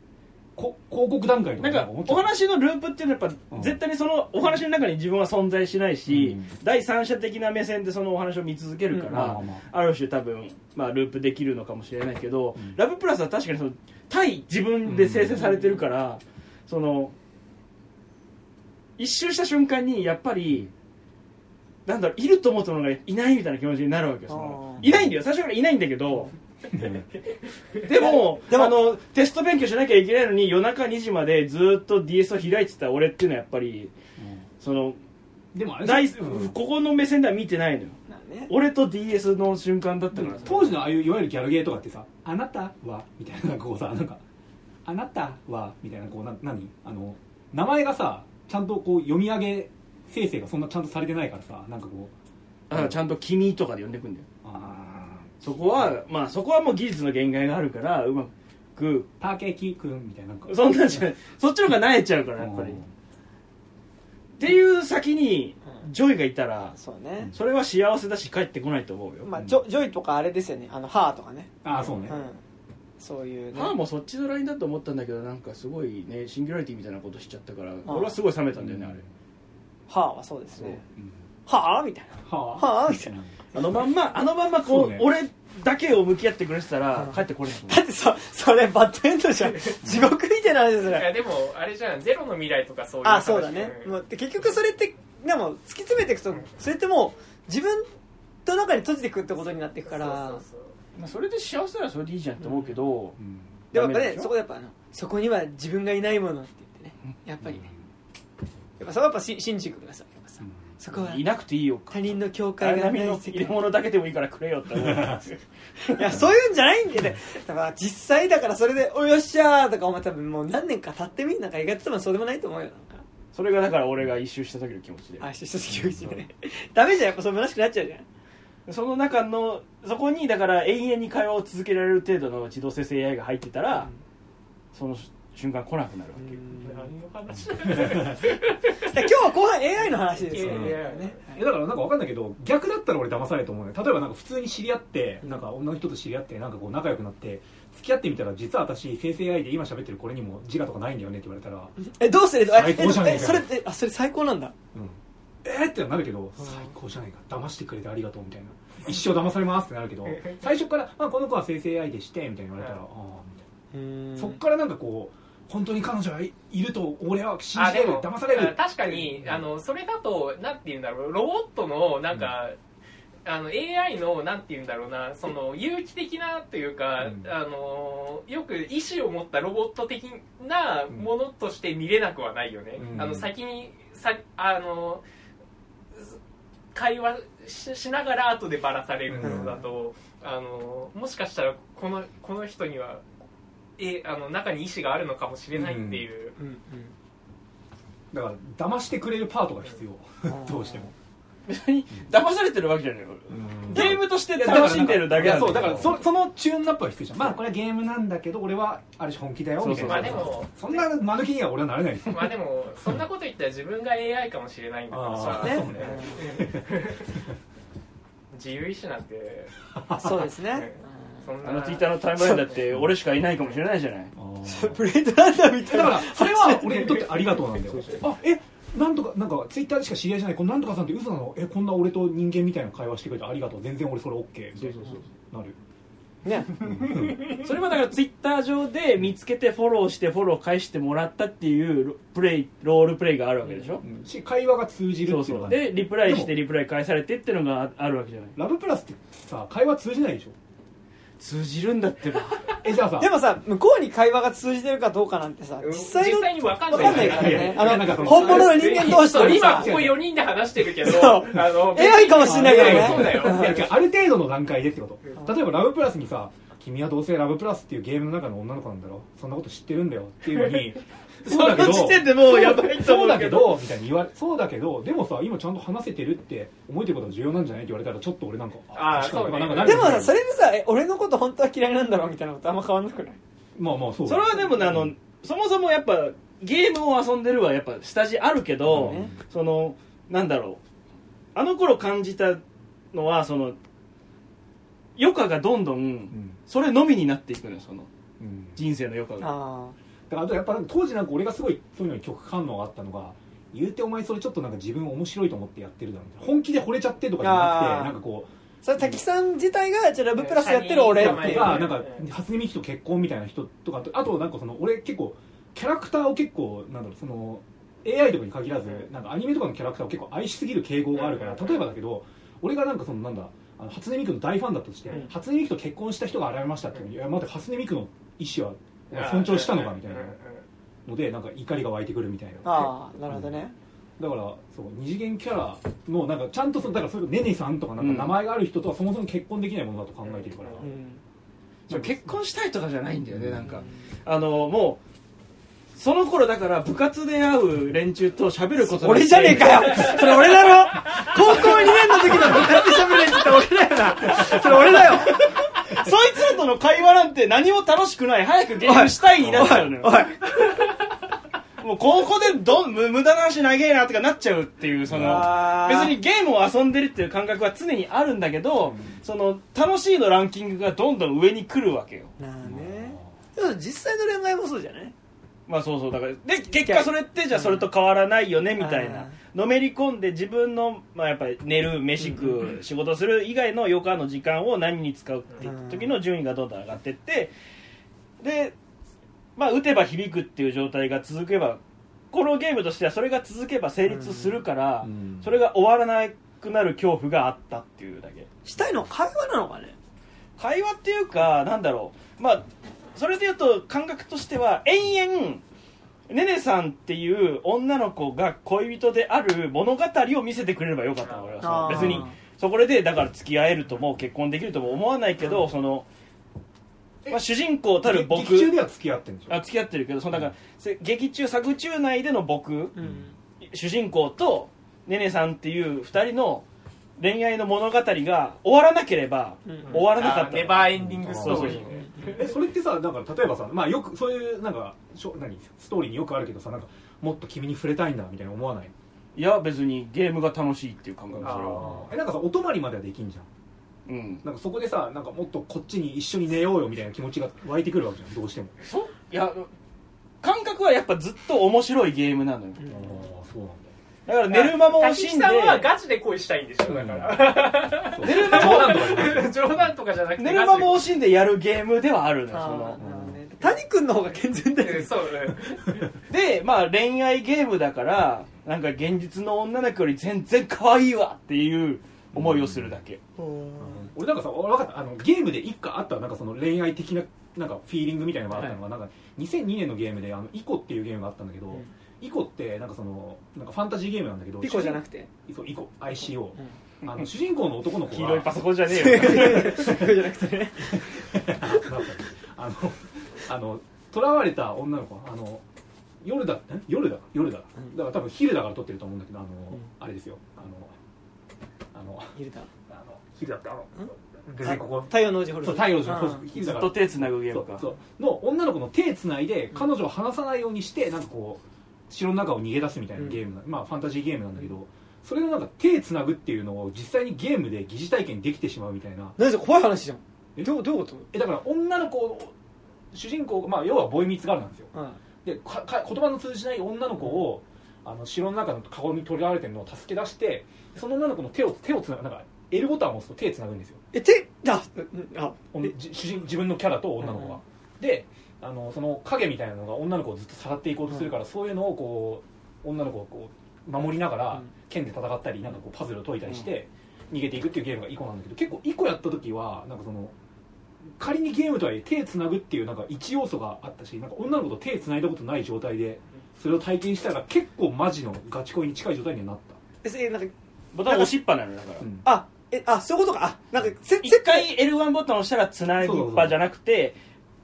こ広告段階と
な
か
んか
思っちゃ
お
う
話のループっていうのはやっ
う
ぱ
ん
絶対にそのお話の中に自分は存在しないし、
うん
第三者的な目線でそのお話を見続けるか
まあま
ら
あ、まあ
ある種多分、まあ、ループできるのかもしれないけど、
うん
ラブプラスは確かにその対自分で生成されてるから、その一周した瞬間にやっぱりなんだろういると思ったのがいないみたいな気持ちになるわけよその
あー
いないんだよ最初からいないんだけどでも
でも
あのテスト勉強しなきゃいけないのに夜中2時までずっと DS を開いてた俺っていうのはやっぱりその
でもあれ
第
うん
ここの目線では見てないのよ
まあね
俺と DS の瞬間だったからさ
当時のああいういわゆるギャルゲーとかってさ「あなたは」みたいななんかこうさなんか「あなたは」みたいなこうな何あの名前がさちゃんとこう読み上げ生成がそんなちゃんとされてないからさなんかこう
だからちゃんと「君」とかで呼んでくんだよ
あ
そこはまあそこはもう技術の限界があるからうまく
ーたけきくんみたいななんか
そんなんじゃないそっちの方が慣れちゃうからやっぱり
う
っ
ん
ていう先に
うん
ジョイがいたら
そうね
それは幸せだし帰ってこないと思うよ
まあジョジョイとかあれですよねあのハーとかね
ああそうね、
うんそういうね
ハーもそっちのラインだと思ったんだけどなんかすごいねシンギュラリティみたいなことしちゃったから俺はすごい冷めたんだよねあれ
ハーはそうですね
うん
はあみたい
は
なはあみたいな
あのまんまあのまんまこ
そう
う
ね
俺だけを向き合ってくれてたら
うん
帰ってこれないと思う
だってさそれバッドエンド じゃん地獄みたいな話です
いや
ね
でもあれじゃんゼロの未来とかそういう話
あそうだね
うん
もうで結局それってでも突き詰めていくとそれってもう自分の中に閉じていくってことになっていくから
そうそう
まあそれで幸せならそれでいいじゃんって思うけど
うん
で
ダ
もやっ
メ
ぱ
なん
ね
でしょ
そこでやっぱあのそこには自分がいないものって言ってねやっぱりねやっぱそれはやっぱし新宿がさやっぱさそこはい
なくていいよ
他人の境
あ
界
れ
がな
並みの
い世
入れ
界
物だけでもいいからくれよって思う
いやそういうんじゃないんだよねだから実際だからそれで「およっしゃー」とかお前多分もう何年か経ってみんなんか意外と多分そうでもないと思うよなんか
それがだから俺が一周した時の気持ちで
あ一緒一緒一緒ねダメじゃんやっぱそう虚しくなっちゃうじゃん
その中のそこにだから永遠に会話を続けられる程度の自動生成 AI が入ってたら、その瞬間来なくなるわけよ、
何の話
だから今日は後半 AI の話ですよ
いやいやいや
ね
えだからなんかわかんないけど逆だったら俺騙されると思うね例えばなんか普通に知り合ってなんか女の人と知り合ってなんかこう仲良くなって付き合ってみたら実は私生成 AI で今喋ってるこれにも自我とかないんだよねって言われたら、
えどうするえ
最高じゃね
え
え
そ
か
れ
よ
えあそれ最高なんだ
うん、えー、ってなるけど最高じゃないか騙してくれてありがとうみたいな一生騙されますってなるけど最初から、まあ、この子は生成 AI でしてみたいに言われたら、
うん
ああみたいな
うん
そっからなんかこう本当に彼女はいいると俺は信
あ
じれ
で
る
も
騙され
あ
る
確かにあのそれだとなんて言うんだろうロボットのなんか、あの AI のなんて言うんだろうなその有機的なというか、
うん
あのよく意志を持ったロボット的なものとして見れなくはないよね、
うん
あの先にさあのす会話ししながら後でバラされるのだと、あのもしかしたらこのこの人にはえあの中に意志があるのかもしれないっていう、
うんうん
だから騙してくれるパートが必要どうし ても
別に騙されてるわけじゃないよゲームとして楽しんでるだけ
い
な
や
んだけ
そ
ど
うだからそそのチューンナップは必要じゃんまあこれはゲームなんだけど俺はある種本気だよみたいな
まあでも
そんな間抜きには俺はなれないですよ
まあでもそんなこと言ったら自分が AI かもしれないんだから
あ
さ
ー
ね
そうね
自由意志なんて
うんそうですね
そんな
あの Twitter のタイムラインだって俺しかいないかもしれないじゃない
うんブレードランナーみたい
だ
な
からそれ は俺にとってありがとうなんだよあえなんとかなんかツイッターでしか知り合いじゃないこのなんとかさんって嘘なのえこんな俺と人間みたいな会話してくれてありがとう全然俺それ OK みたいななる
ね
それはだからツイッター上で見つけてフォローしてフォロー返してもらったっていうロプレイロールプレイがあるわけでしょ、
うんし会話が通じる
そう
っていう
そ
の
う
が
でリプライして
でも
リプライ返されてっていうのがああるわけじゃない
ラブプラスってさ会話通じないでしょ
通じるんだってば
えじゃあさ
でもさ向こうに会話が通じてるかどうかなんてさ
うん
実際の
実際に分かんない
わかんないから
いや
ね
いや
あ
なんかそ
の
の
本物の人間同士
そう
でさ
今ここ4人で話してるけど
そう
あの
AI かもしんないからね
ややそうだよ
いや違うある程度の段階でってこと例えば「ラブプラス」にさ「君はどうせラブプラスっていうゲームの中の女の子なんだろそんなこと知ってるんだよ」っていうの にそうだけど
でも
そうだけどみたいに言われそうだけどでもさ今ちゃんと話せてるって思えてることが重要なんじゃないって言われたらちょっと俺なんか
あー
確かに
そうね
なんかなる
でもさそれでさえ俺のこと本当は嫌いなんだろうみたいなことあんま変わんなくない
まあまあそう
それはでもねあのそもそもやっぱゲームを遊んでるはやっぱ下地あるけど、
ね
そのなんだろうあの頃感じたのはその余暇がどんど
うんん
それのみになっていくのよその
うん
人生の余暇が
あ
だからあとやっぱなんか当時なんか俺がすごいそういうのに極感応があったのが言うてお前それちょっとなんか自分面白いと思ってやってるだろみたいな本気で惚れちゃってとかじゃな
あー
くてなんかこう
あそれ滝さん自体がじゃあラブプラスやってる俺っていう
がなんか初音ミクと結婚みたいな人とかとあとなんかその俺結構キャラクターを結構なんだろうその AI とかに限らずなんかアニメとかのキャラクターを結構愛しすぎる傾向があるから例えばだけど俺がなんかそのなんだあの初音ミクの大ファンだとして、
うん
初音ミクと結婚した人が現れましたっていうのにいや待って初音ミクの意思はお前尊重したのかみたいな
うんうん
のでなんか怒りが湧いてくるみたいな
ああなるほどね
だからそう二次元キャラのなんかちゃんとそのだからそれこそねねさんとかなんか名前がある人とはそもそも結婚できないものだと考えてるから、
うん
うん
そう結婚したいとかじゃないんだよねなんかあのもうその頃だから部活で会う連中と喋ること
俺じゃねえかよそれ俺だろ高校2年の時の部活で喋れんって俺だよなそれ俺だよ
そいつらとの会話なんて何も楽しくない早くゲームしたいになっちゃうのよ
おい
もうここでどん無無駄な話長えなとかなっちゃうっていうその
あ
別
ー
にゲームを遊んでるっていう感覚は常にあるんだけど、その楽しいのランキングがどんどん上に来るわけよ
なあねでも実際の恋愛もそうじゃない
まあそうそうだからで結果それってじゃあそれと変わらないよねみたいなのめり込んで自分の、まあ、やっぱり寝る飯食う仕事する以外の余暇の時間を何に使うっていう時の順位がどんどん上がってってでまあ打てば響くっていう状態が続けばこのゲームとしてはそれが続けば成立するから、
うん
それが終わらなくなる恐怖があったっていうだけ
したいのは会話なのかね
会話っていうかなんだろうまあそれでいうと感覚としては延々ねねさんっていう女の子が恋人である物語を見せてくれればよかったの俺は
あ
さ
ー
別にそこでだから付き合えるとも結婚できるとも思わないけど、その、まあ、主人公たる僕
劇中では付き合ってるんでしょ
あ付き合ってるけどそのだから、せ劇中作中内での僕
うん
主人公とねねさんっていう2人の恋愛の物語が終わらなければ
うん
終わらなかったの
あネバーエンディングスト
そう
ーリー
そう
ね
えそれってさだから例えばさ、まあ、よくそういうなんかしょ何ストーリーによくあるけどさなんかもっと君に触れたいんだみたいな思わない
いや別にゲームが楽しいっていう感覚
あ
それは
ー
えなんかさお泊まりまではできんじゃん
うん
なんかそこでさなんかもっとこっちに一緒に寝ようよみたいな気持ちが湧いてくるわけじゃんどうしても
そいや感覚はやっぱずっと面白いゲームなのよ
ああそうなんだ
だから寝る間も惜しんで
滝木さんはガチで恋したいんでしょだから
寝 る間も
冗談とかじゃなくて
寝る間も惜しんでやるゲームではあるのよそ
あ
の
ーなるほどね谷君の方が健全だよ
うん
ね
そううん
まあ恋愛ゲームだからなんか現実の女の子より全然可愛いわっていう思いをするだけ、
俺なんかさ分かったあのゲームで一回あったなんかその恋愛的ななんかフィーリングみたいなのがあったのが、なんか2002年のゲームで「あのイコ」っていうゲームがあったんだけど、
うん
イコってなんかそのなんかファンタジーゲームなんだけど
ピコじゃなくて
主人そうイコ ICO、あの主人公の 男の子が
黄色いパソコンじゃねえよ
ピコじゃなくてね
あの あの囚われた女の子あの夜だん夜だ夜だ
うん
だから多分昼だから撮ってると思うんだけどあの、
ん
あれですよあのあの
いるだ
あの昼だってあの別にここ
太陽の王子ホル
そう
ダ
太陽の
あー
昼
ず
だ
っ
から
と手つなぐゲー
そ
ム
う
か
そうの女の子の手つないで彼女を離さないようにしてなんかこう城の中を逃げ出すみたいなゲームな、まあファンタジーゲームなんだけどそれのなんか手つなぐっていうのを実際にゲームで疑似体験できてしまうみたいな
何それ怖い話じゃん
え
どうどういうこと
えだから女の子を主人公まあ要はボーイミーツガールなんですよ
うん
でかか言葉の通じない女の子をあの城の中の籠に取りらわれてるのを助け出してその女の子の手を手をつなぐなんか L ボタンを押すと手つなぐんですよ
え手だうんあ
女じ主人自分のキャラと女の子が、であのその影みたいなのが女の子をずっとさらっていこうとするから、そういうのをこう女の子をこう守りながら、
うん
剣で戦ったりなんかこうパズルを解いたりして、逃げていくっていうゲームがイコなんだけど結構イコやった時はなんかその仮にゲームとはいえ手つなぐっていうなんか一要素があったしなんか女の子と手つないだことない状態でそれを体験したら結構マジのガチ恋に近い状態にはなっ
えそれなんか
ボタン押しっぱなのだから
た、うん
あえあそういうことかあなんかせ
一回 L1 ボタン押したらつなぎっぱじゃなくて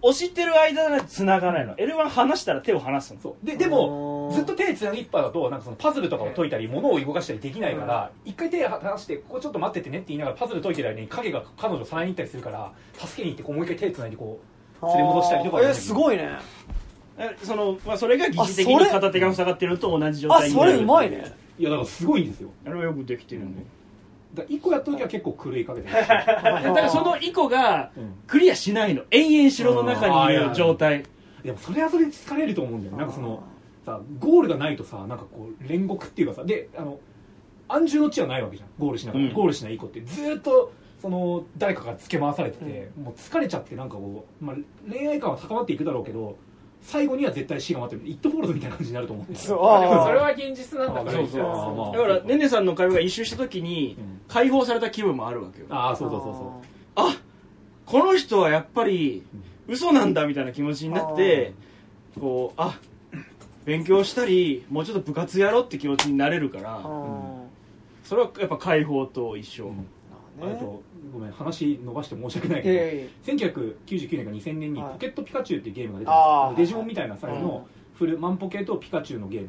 押してる間でつながないの L1 離したら手を離すの
そうでで
う
も
ん
ずっと手つなぎっぱだとなんかそのパズルとかを解いたり物を動かしたりできないから一回手離してここちょっと待っててねって言いながらパズル解いてる間に影が彼女をさらに行ったりするから助けに行ってこうもう一回手つないでこ連れ戻したりとかは
あーえすごいね
えその、まあ、それが疑似的
あそ
に
れ
片手が塞がってるのと同じ状
あ
態に
そ
なる
れうまいね
ういやだからすごいんですよ
あれはよくできてるんで
だから1個やった時は結構狂いかけ てました、
だからそのイコが
うん
クリアしないの延々城の中にいる状態
でもそれはそれで疲れると思うんだよなんかそのさゴールがないとさなんかこう煉獄っていうかさであの安住の地はないわけじゃんゴールしながら、
うん
ゴールしない子ってずーっとその誰かからつけ回されてて、もう疲れちゃってなんかこう、まあ、恋愛感は高まっていくだろうけど最後には絶対死が待ってるイットフォールドみたいな感じになると思うんですよ
まあでもそれは現実なんだ
あ
からい
そう
い
そ
じ
う
ゃ
あ
ん
ーま
だからねねさんの会話が一周した時に
うん
解放された気分もあるわけよ
ああそうそうそうそう
あこの人はやっぱり嘘なんだみたいな気持ちになってこうあ勉強したりもうちょっと部活やろうって気持ちになれるからそれはやっぱ解放と一緒、
うん
あー
あとごめん話伸ばして申し訳ない
いやいや
け
いや
ど1999年か2000年に「
はい
ポケットピカチュウ」っていうゲームが出て
あー
あのデジモンみたいなサイズのフルマンポケとピカチュウのゲーム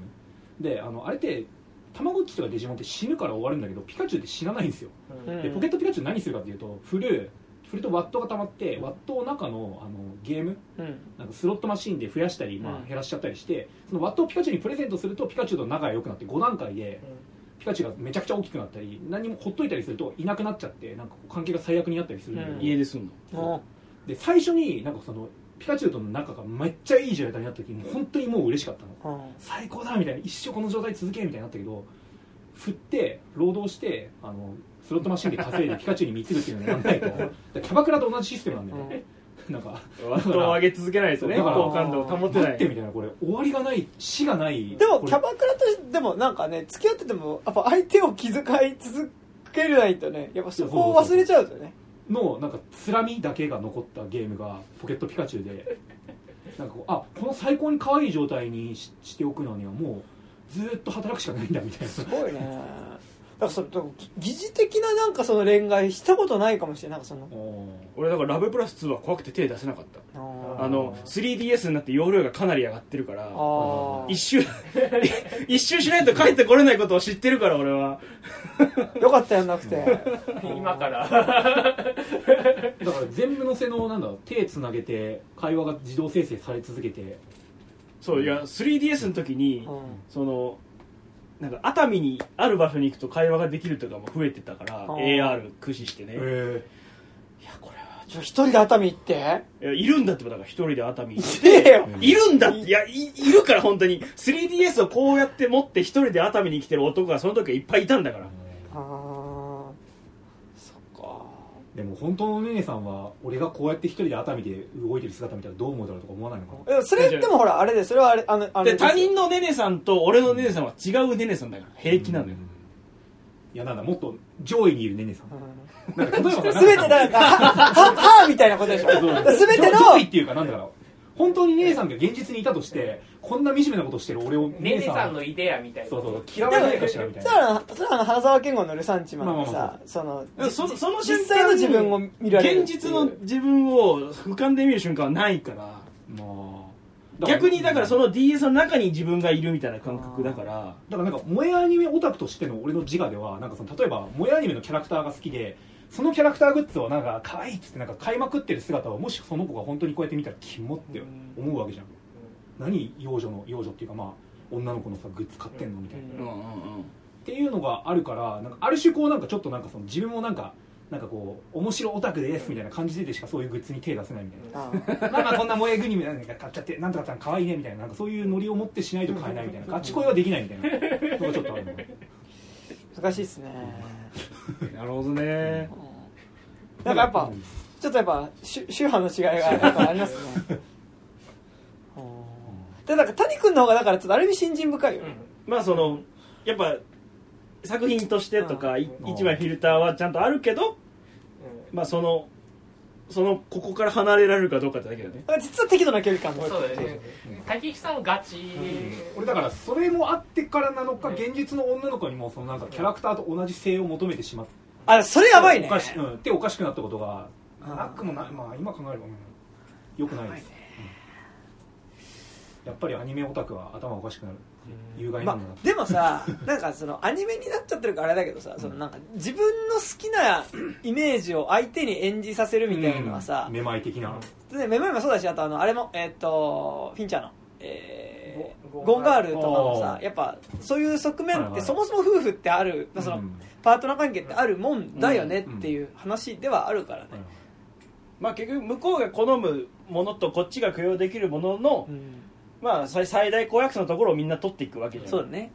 であのあれってたまごっちとかデジモンって死ぬから終わるんだけどピカチュウって死なないんですよ
うん
でポケットピカチュウ何するかっていうと振る振るとワットが溜まってワットを中のあのゲーム
うん
なんかスロットマシーンで増やしたり、ま
う
あ、
ん
減らしちゃったりしてそのワットをピカチュウにプレゼントするとピカチュウと仲が良くなって5段階でピカチュウがめちゃくちゃ大きくなったり何もほっといたりするといなくなっちゃってなんかこう関係が最悪になったりするんだけど、
うん
家ですんの
あ
で最初になんかそのピカチュウとの仲がめっちゃいい状態になった時もう本当にもう嬉しかったの
ーあ
最高だみたいな一生この状態続けみたいになったけど振って労働してあのスロットマシンで稼いでピカチュウに貢ぐっていうのをやんないとだからキャバクラと同じシステムなんだよね、なんか
ワットを上げ続けないですね
だから
好感度を保て
待
な
って
い
みたいなこれ終わりがない死がない
ーでも
これ
キャバクラとしてでもなんかね付き合っててもやっぱ相手を気遣い続けないとねやっぱそこを忘れちゃうとね
のなんかつらみだけが残ったゲームが「ポケットピカチュウで」なんかこうあこの最高に可愛い状態にししておくのにはもうずーっと働くしかないんだみたいな
すごいねだからその疑似的ななんかその恋愛したことないかもしれないなんかその
おー
俺だからラブプラス2は怖くて手出せなかった
あ
あの 3DS になって容量がかなり上がってるから
あ
一周 一周しないと帰ってこれないことを知ってるから俺は
あよかったやんなくて
今から
だから全部のせのなんだろう手つなげて会話が自動生成され続けて
そういや 3DS の時に
うん
そのなんか熱海にある場所に行くと会話ができるとかも増えてたから
ー
AR 駆使してね、
え
いやこれは
ちょ一人で熱海行って
いやいるんだってだから一人で熱海行って
ええよ
いるんだっていやいいるから本当に 3DS をこうやって持って一人で熱海に来てる男がその時はいっぱいいたんだから
ああそっか
でも本当のねねさんは俺がこうやって一人で熱海で動いてる姿見たらどう思うだろうとか思わないのかな
えそれでもほらあれでそれはあれあのあ
で
れですよ
他人のねねさんと俺のねねさんは違うねねさんだから平気なのよ、
いやなんだもっと上位にいるねねさん
う
なんか例えばさ
ん全てだからはははみたいなことでしょ全ての
上位っていうかなんだから本当に姉さんが現実にいたとしてこんな惨めなことしてる俺を
ねねさんのイデアみたいな
そうそう嫌われないかしらみたい
そ
な
れはそれはあの花沢健吾のルサンチマンの
まあまあ
さ
ま
その
でそその瞬間
実際の自分を見られる
現実の 自分を俯瞰で見る瞬間はないから
まあ
逆にだからそ
の
の DS の中に自分がいるみたいな感覚だから
だからなんか萌えアニメオタクとしての俺の自我ではなんかその例えば萌えアニメのキャラクターが好きでそのキャラクターグッズをなんか可愛いっつってなんか買いまくってる姿をもしその子が本当にこうやって見たらキモって思うわけじゃん何幼女の幼女っていうかまあ女の子のさグッズ買ってんのみたいな
う
うん
う
ん
んうん
っていうのがあるからなんかある種こうなんかちょっとなんかその自分もなんかなんかこう面白オタクですみたいな感じでしかそういうグッズに手出せないみたいな
あ
まあまあこんな萌えグニみたいなの買っちゃってなんとかちゃん可愛いねみたいななんかそういうノリを持ってしないと買えないみたいなガチ恋はできないみたいなのがちょっとあるの
あ難しいっすね
うんなるほどね
うんなんかやっぱちょっとやっぱ宗宗派の違いがやっぱありますねうんでだから谷君の方がだからちょっとある意味信心深いよね
まあそのやっぱ作品としてとかい
うん
一枚フィルターはちゃんとあるけどまあそのそのここから離れられるかどうかってだけだね
だから実は適度な距離感
うんそうだよね竹久さんもガチ
俺だからそれもあってからなのか現実の女の子にもそのなんかキャラクターと同じ性を求めてしまって
あそれやばいね
おかし、うん、っておかしくなったことが
うん
なくもないまあ今考えればよくないです、うんやっぱりアニメオタクは頭おかしくなる有害な
ま
んだなって
でもさ なんかそのアニメになっちゃってるからあれだけどさそのなんか自分の好き なイメージを相手に演じさせるみたいなのはさ、
めまい的な、
でめまいもそうだしあとあのあれもえーっ、とフィンチャーのえー
ゴ
ゴンガールとかも
あ
さ
ー
やっぱそういう側面
はい
っ
はい
てそもそも夫婦ってある、まあそうの
ん
パートナー関係ってあるもんだよねっていう話ではあるからね、
まあ結局向こうが好むものとこっちが許容できるもののまあ最最大公約数のところをみんな取っていくわけじゃん
そうだね、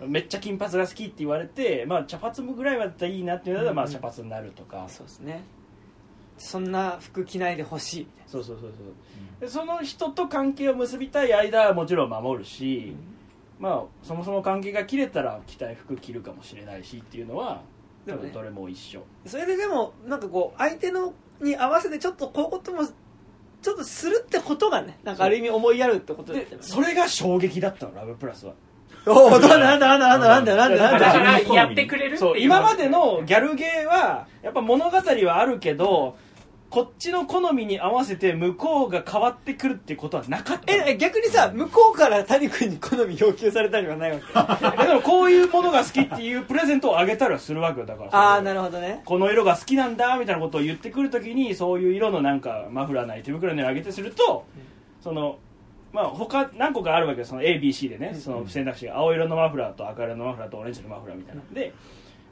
うん
めっちゃ金髪が好きって言われて、まあ、茶髪ぐらいはだったらいいなっていうのは、まあ、
うんう
茶
ん
髪になるとか、そ
そうですねそんな服着ないでほしいみたいう
そうそうそう、でその人と関係を結びたい間はもちろん守るし、まあ、そもそも関係が切れたら着たい服着るかもしれないしっていうのは
でもね
どれも一緒
なそれででもなんかこう相手のに合わせてちょっとこういうこともちょっとするってことがねなんかある意味思いやるってことだっ
で
たよね
それが衝撃だったのラブプラスは
おおなんだなんだなんだなんだなんだなん だ
だからやってくれるって
そう
いう
今までのギャルゲーはやっぱ物語はあるけどこっちの好みに合わせて向こうが変わってくるっていうことはなか ったの
え逆にさ向こうから谷君に好み要求されたりはないわけ あ
だからこういうものが好きっていうプレゼントをあげたりはするわけよだから
あな
る
るほどね
この色が好きなんだみたいなことを言ってくるときにそういう色のなんかマフラーなり手袋なりあげてすると、そのまあ他何個かあるわけよその ABC でね、その選択肢が青色のマフラーと赤色のマフラーとオレンジのマフラーみたいなで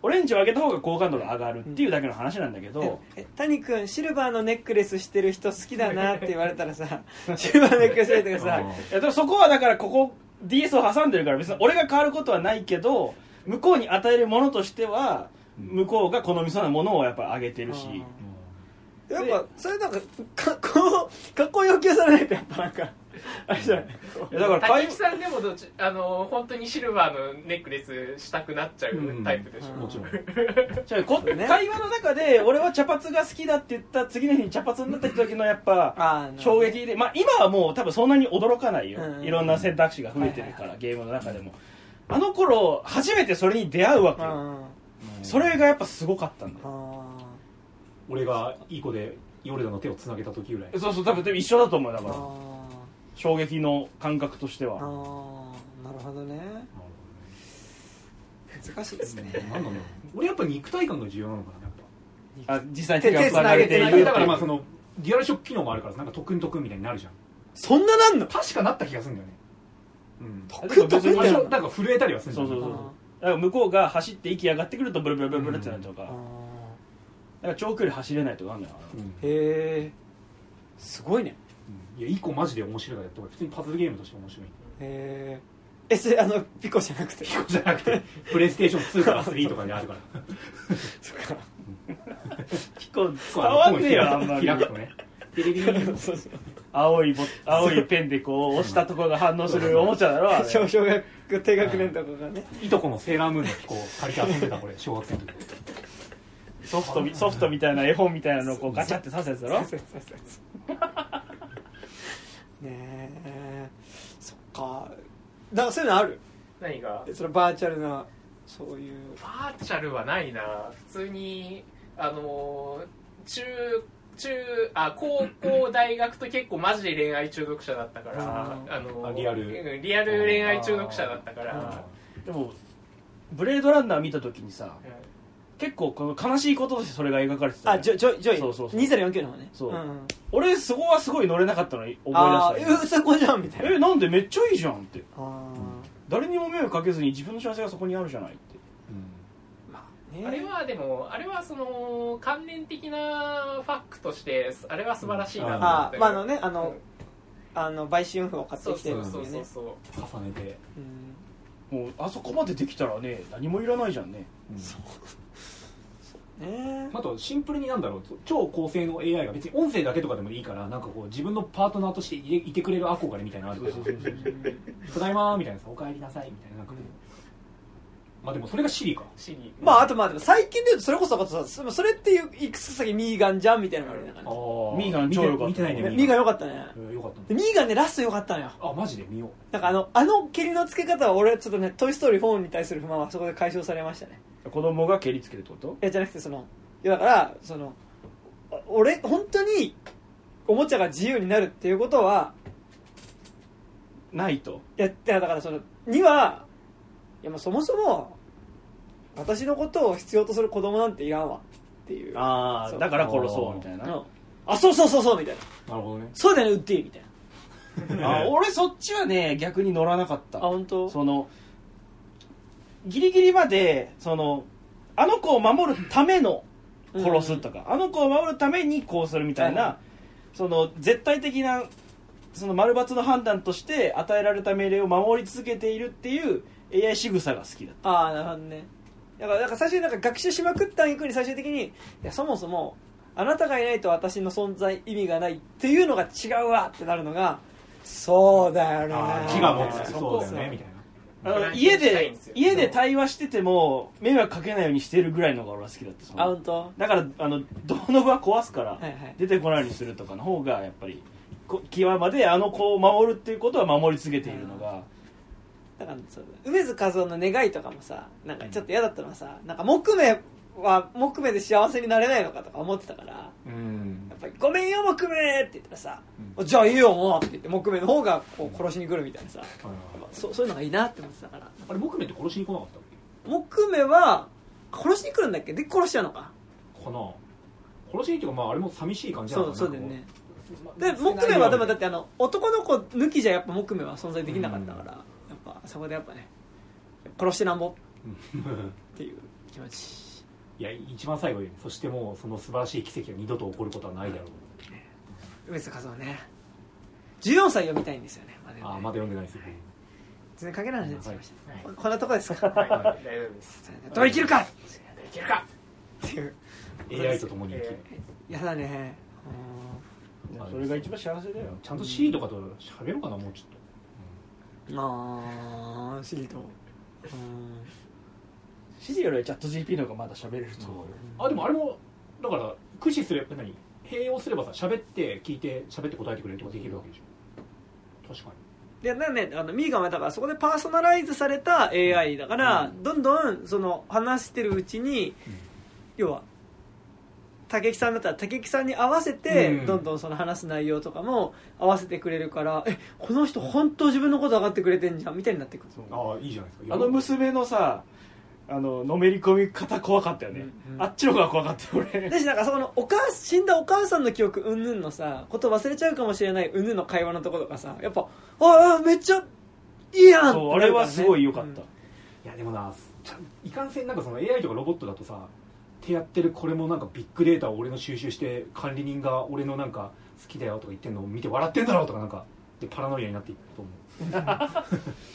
オレンジをあげた方が好感度が上がるっていうだけの話なんだけど、
え谷君シルバーのネックレスしてる人好きだなって言われたらさ シルバーのネックレスしてる人がさ
いやでもそこはだからここ DS を挟んでるから別に俺が変わることはないけど向こうに与えるものとしては向こうが好みそうなものをやっぱあげてるし
あやっぱそれなんか格好格好要求されないとやっぱなんかあれじゃない
い やだから
竹
会
内さんでもどっちあの本当にシルバーのネックレスしたくなっちゃうタイプでし
うん
ょ、
もちろん
違うこ
ね
会話の中で俺は茶髪が好きだって言った次の日に茶髪になった時のやっぱ
あー
衝撃で、まあ、今はもう多分そんなに驚かないよ
うん
いろんな選択肢が増えてるからゲームの中でもあの頃初めてそれに出会うわけ
なるほ
よ
どうん
それがやっぱすごかったんだよ
あ
俺がいい子でヨルダの手をつなげた時ぐらい
そうそう多分でも一緒だと思うだ
ー
か
あー
ら衝撃の感覚として
あー
は
なるほどね難しいですね
なんだろう俺やっぱ肉体感が重要なのかなやっぱ
あ実際に
手
手がつながれているっていう
だからまあそのリアルショック機能もあるからなんか特訓特訓みたいになるじゃん
そんななんの
確かなった気がするんだよねうん
特訓特訓
別
って
に
な
なんん
だ
か震えたりはするんだよね
そうそうそうだから向こうが走って息上がってくるとブルブルブルブルってなるとか,、
あ
だか
ー
ら長距離走れないとかあるんだよ
うん
へえすごいね
うんいや一個マジで面白いからやった方が普通にパズルゲームとして面白い
へええそれあの ピコじゃなくて
じゃなくてプレイステーション2から3とかにあるから
そっか
ん
結構伝わんねえよあんまり
開くとね
ビリビリに
そうそう青いボ青いペンでこう押したところが反応するおもちゃだろあれ
小小学低学年とかがね
いとこのセーラームーンの機構を借りて遊んでたこれ小学生の時
ソフトみソフトみたいな絵本みたいなのをこうガチャって刺すやつだろ
そうそうそうそうねえそっかだからそういうのある
何が
そのバーチャルなそういう
バーチャルはないな普通にあのー中中あ高校大学と結構マジで恋愛中毒者だったから
うん
あのー
あリアル
うんリアル恋愛中毒者だったから
でもブレードランナー見た時にさ
うん
結構この悲しいこととしてそれが描かれてた
あ
じ
ジョジョジョイ
そうそうそう
2049の方ね
そうん
ん、
俺そこはすごい乗れなかったのに
あ
思い
ー
出
え
した
うそこじゃんみたいな
えなんでめっちゃいいじゃんって
あー
誰にも迷惑かけずに自分の幸せがそこにあるじゃないって
まあね
あれはでもあれはその関連的なファックとしてあれは素晴らしいなと思
あ
った
ー
よ
まああのねあの、
うん
あの売春婦を買って
そう
きて
そ
る
うん
だ
そ
よ
うそ
ね
うそう
重ねて
うん
もうあそこまでできたらね何もいらないじゃんね
ね
あとシンプルになんだろう超高性能 AI が別に音声だけとかでもいいからなんかこう自分のパートナーとしていれいてくれる憧れみたいなのあるから 「ただいま」みたいなさ「おかえりなさい」みたいななんかこうまあでもそれが Siri か
シリ
まああとまあでも最近で言うとそれこそだからさそれっていういくつ先ミーガンじゃんみたいなのがあるねなんかね
ミーガン超良かった
見てないね
ねミーガン
ン
良かったね
えーよかった
でミーガンねラスト良かったのよ
あマジで見よう
なんかあのあの蹴りのつけ方は俺はちょっとね「トイ・ストーリー4」に対する不満はそこで解消されましたね
子供が蹴りつけるってこと
いやじゃなくてそのいやだからそのお俺本当におもちゃが自由になるっていうことは
ないと
いやいやだからそのにはいやもうそもそも私のことを必要とする子供なんていらんわっていう
あ
そ
あ
う
だから殺そうみたい
うん
な
あそうそうそうそうみたいな
なるほどね
そうだよねウッディみたいな
あー俺そっちはね逆に乗らなかった
あ本当
そのギリギリまでそのあの子を守るための殺すとか、あの子を守るためにこうするみたいな、
はいは
その絶対的なその丸×の判断として与えられた命令を守り続けているっていう AI 仕草が好きだっ
ああなるほどねだからなんか最初になんか学習しまくったんいくに最終的にいやそもそもあなたがいないと私の存在意味がないっていうのが違うわってなるのがそうだよね
あー自我持つそ
そ
う
こ
だよねみたいな
たあ
フラ
の
ンケン
家
したいん
で
ですよ
家で対話してても迷惑かけないようにしてるぐらいのが俺は好きだったその
あ本当
だからあのドアノブは壊すから、
はいはい
出てこないようにするとかの方がやっぱりこ際まであの子を守るっていうことは守り続けているのが、
だからそう梅津和夫の願いとかもさなんかちょっと嫌だったのはさなんか木目は木目で幸せになれないのかとか思ってたからや
うん
っぱり「ごめんよ木目!」って言ったらさ「
う
じゃあいいよもう」って言って木目の方がこう殺しに来るみたいなさ
はいはい
そそういうのがいいなって思ってたから
あれ木目って殺しに来なかったっ
木目は殺しに来るんだっけで殺しちゃうのか
けかな殺しにっていうかまああれも寂しい感じな
そう
のかな
そうだよね
なんか
で
こう
木目はでもだってあの男の子抜きじゃやっぱ木目は存在できなかったから、やっぱそこでやっぱね殺してなんぼ
うん
っていう気持ち
いや一番最後にそしてもうその素晴らしい奇跡は二度と起こることはないだろう
梅津和夫ね14歳読みたいんですよねまだね
あーまだ読んでないですよ
全然関係ない話になっちゃいました、
はい
ここんなとこです
は
か
い大丈夫です
どう生きるか
いけるか
っていう
僕 AI と共に生きる
やだね
いやそれが一番幸せだよ
ちゃんと C とかと喋ろうかなもうちょっ
うーんああシリとうーん
シリよりはチャット GP の方がまだ喋れる
と
と思うよ
あでもあれもだから駆使すれば何併用すればさ喋って聞いて喋って答えてくれるとかできるわけでしょ確か
でなんかねあのミーガンはだからそこでパーソナライズされた AI だから、どんどんその話してるうちに、
うん
要は武木さんだったら武木さんに合わせて、
うん
どんどんその話す内容とかも合わせてくれるからえこの人本当自分のこと上がってくれてんじゃんみたいになってくる
そう
にああいいじゃないですか
あの娘のさあののめり込み方怖かったよね、
うん
あっちの方が怖かった俺
だしなんかそこのお母死んだお母さんの記憶うんぬんのさこと忘れちゃうかもしれないうんぬんの会話のとことかさやっぱああめっちゃいいやん
そうあれはすごい良かった、
いやでもなちゃんいかんせんなんかその AI とかロボットだとさってやってるこれもなんかビッグデータを俺の収集して管理人が俺のなんか好きだよとか言ってんのを見て笑ってんだろうとかなんかでパラノイアになっていくと思う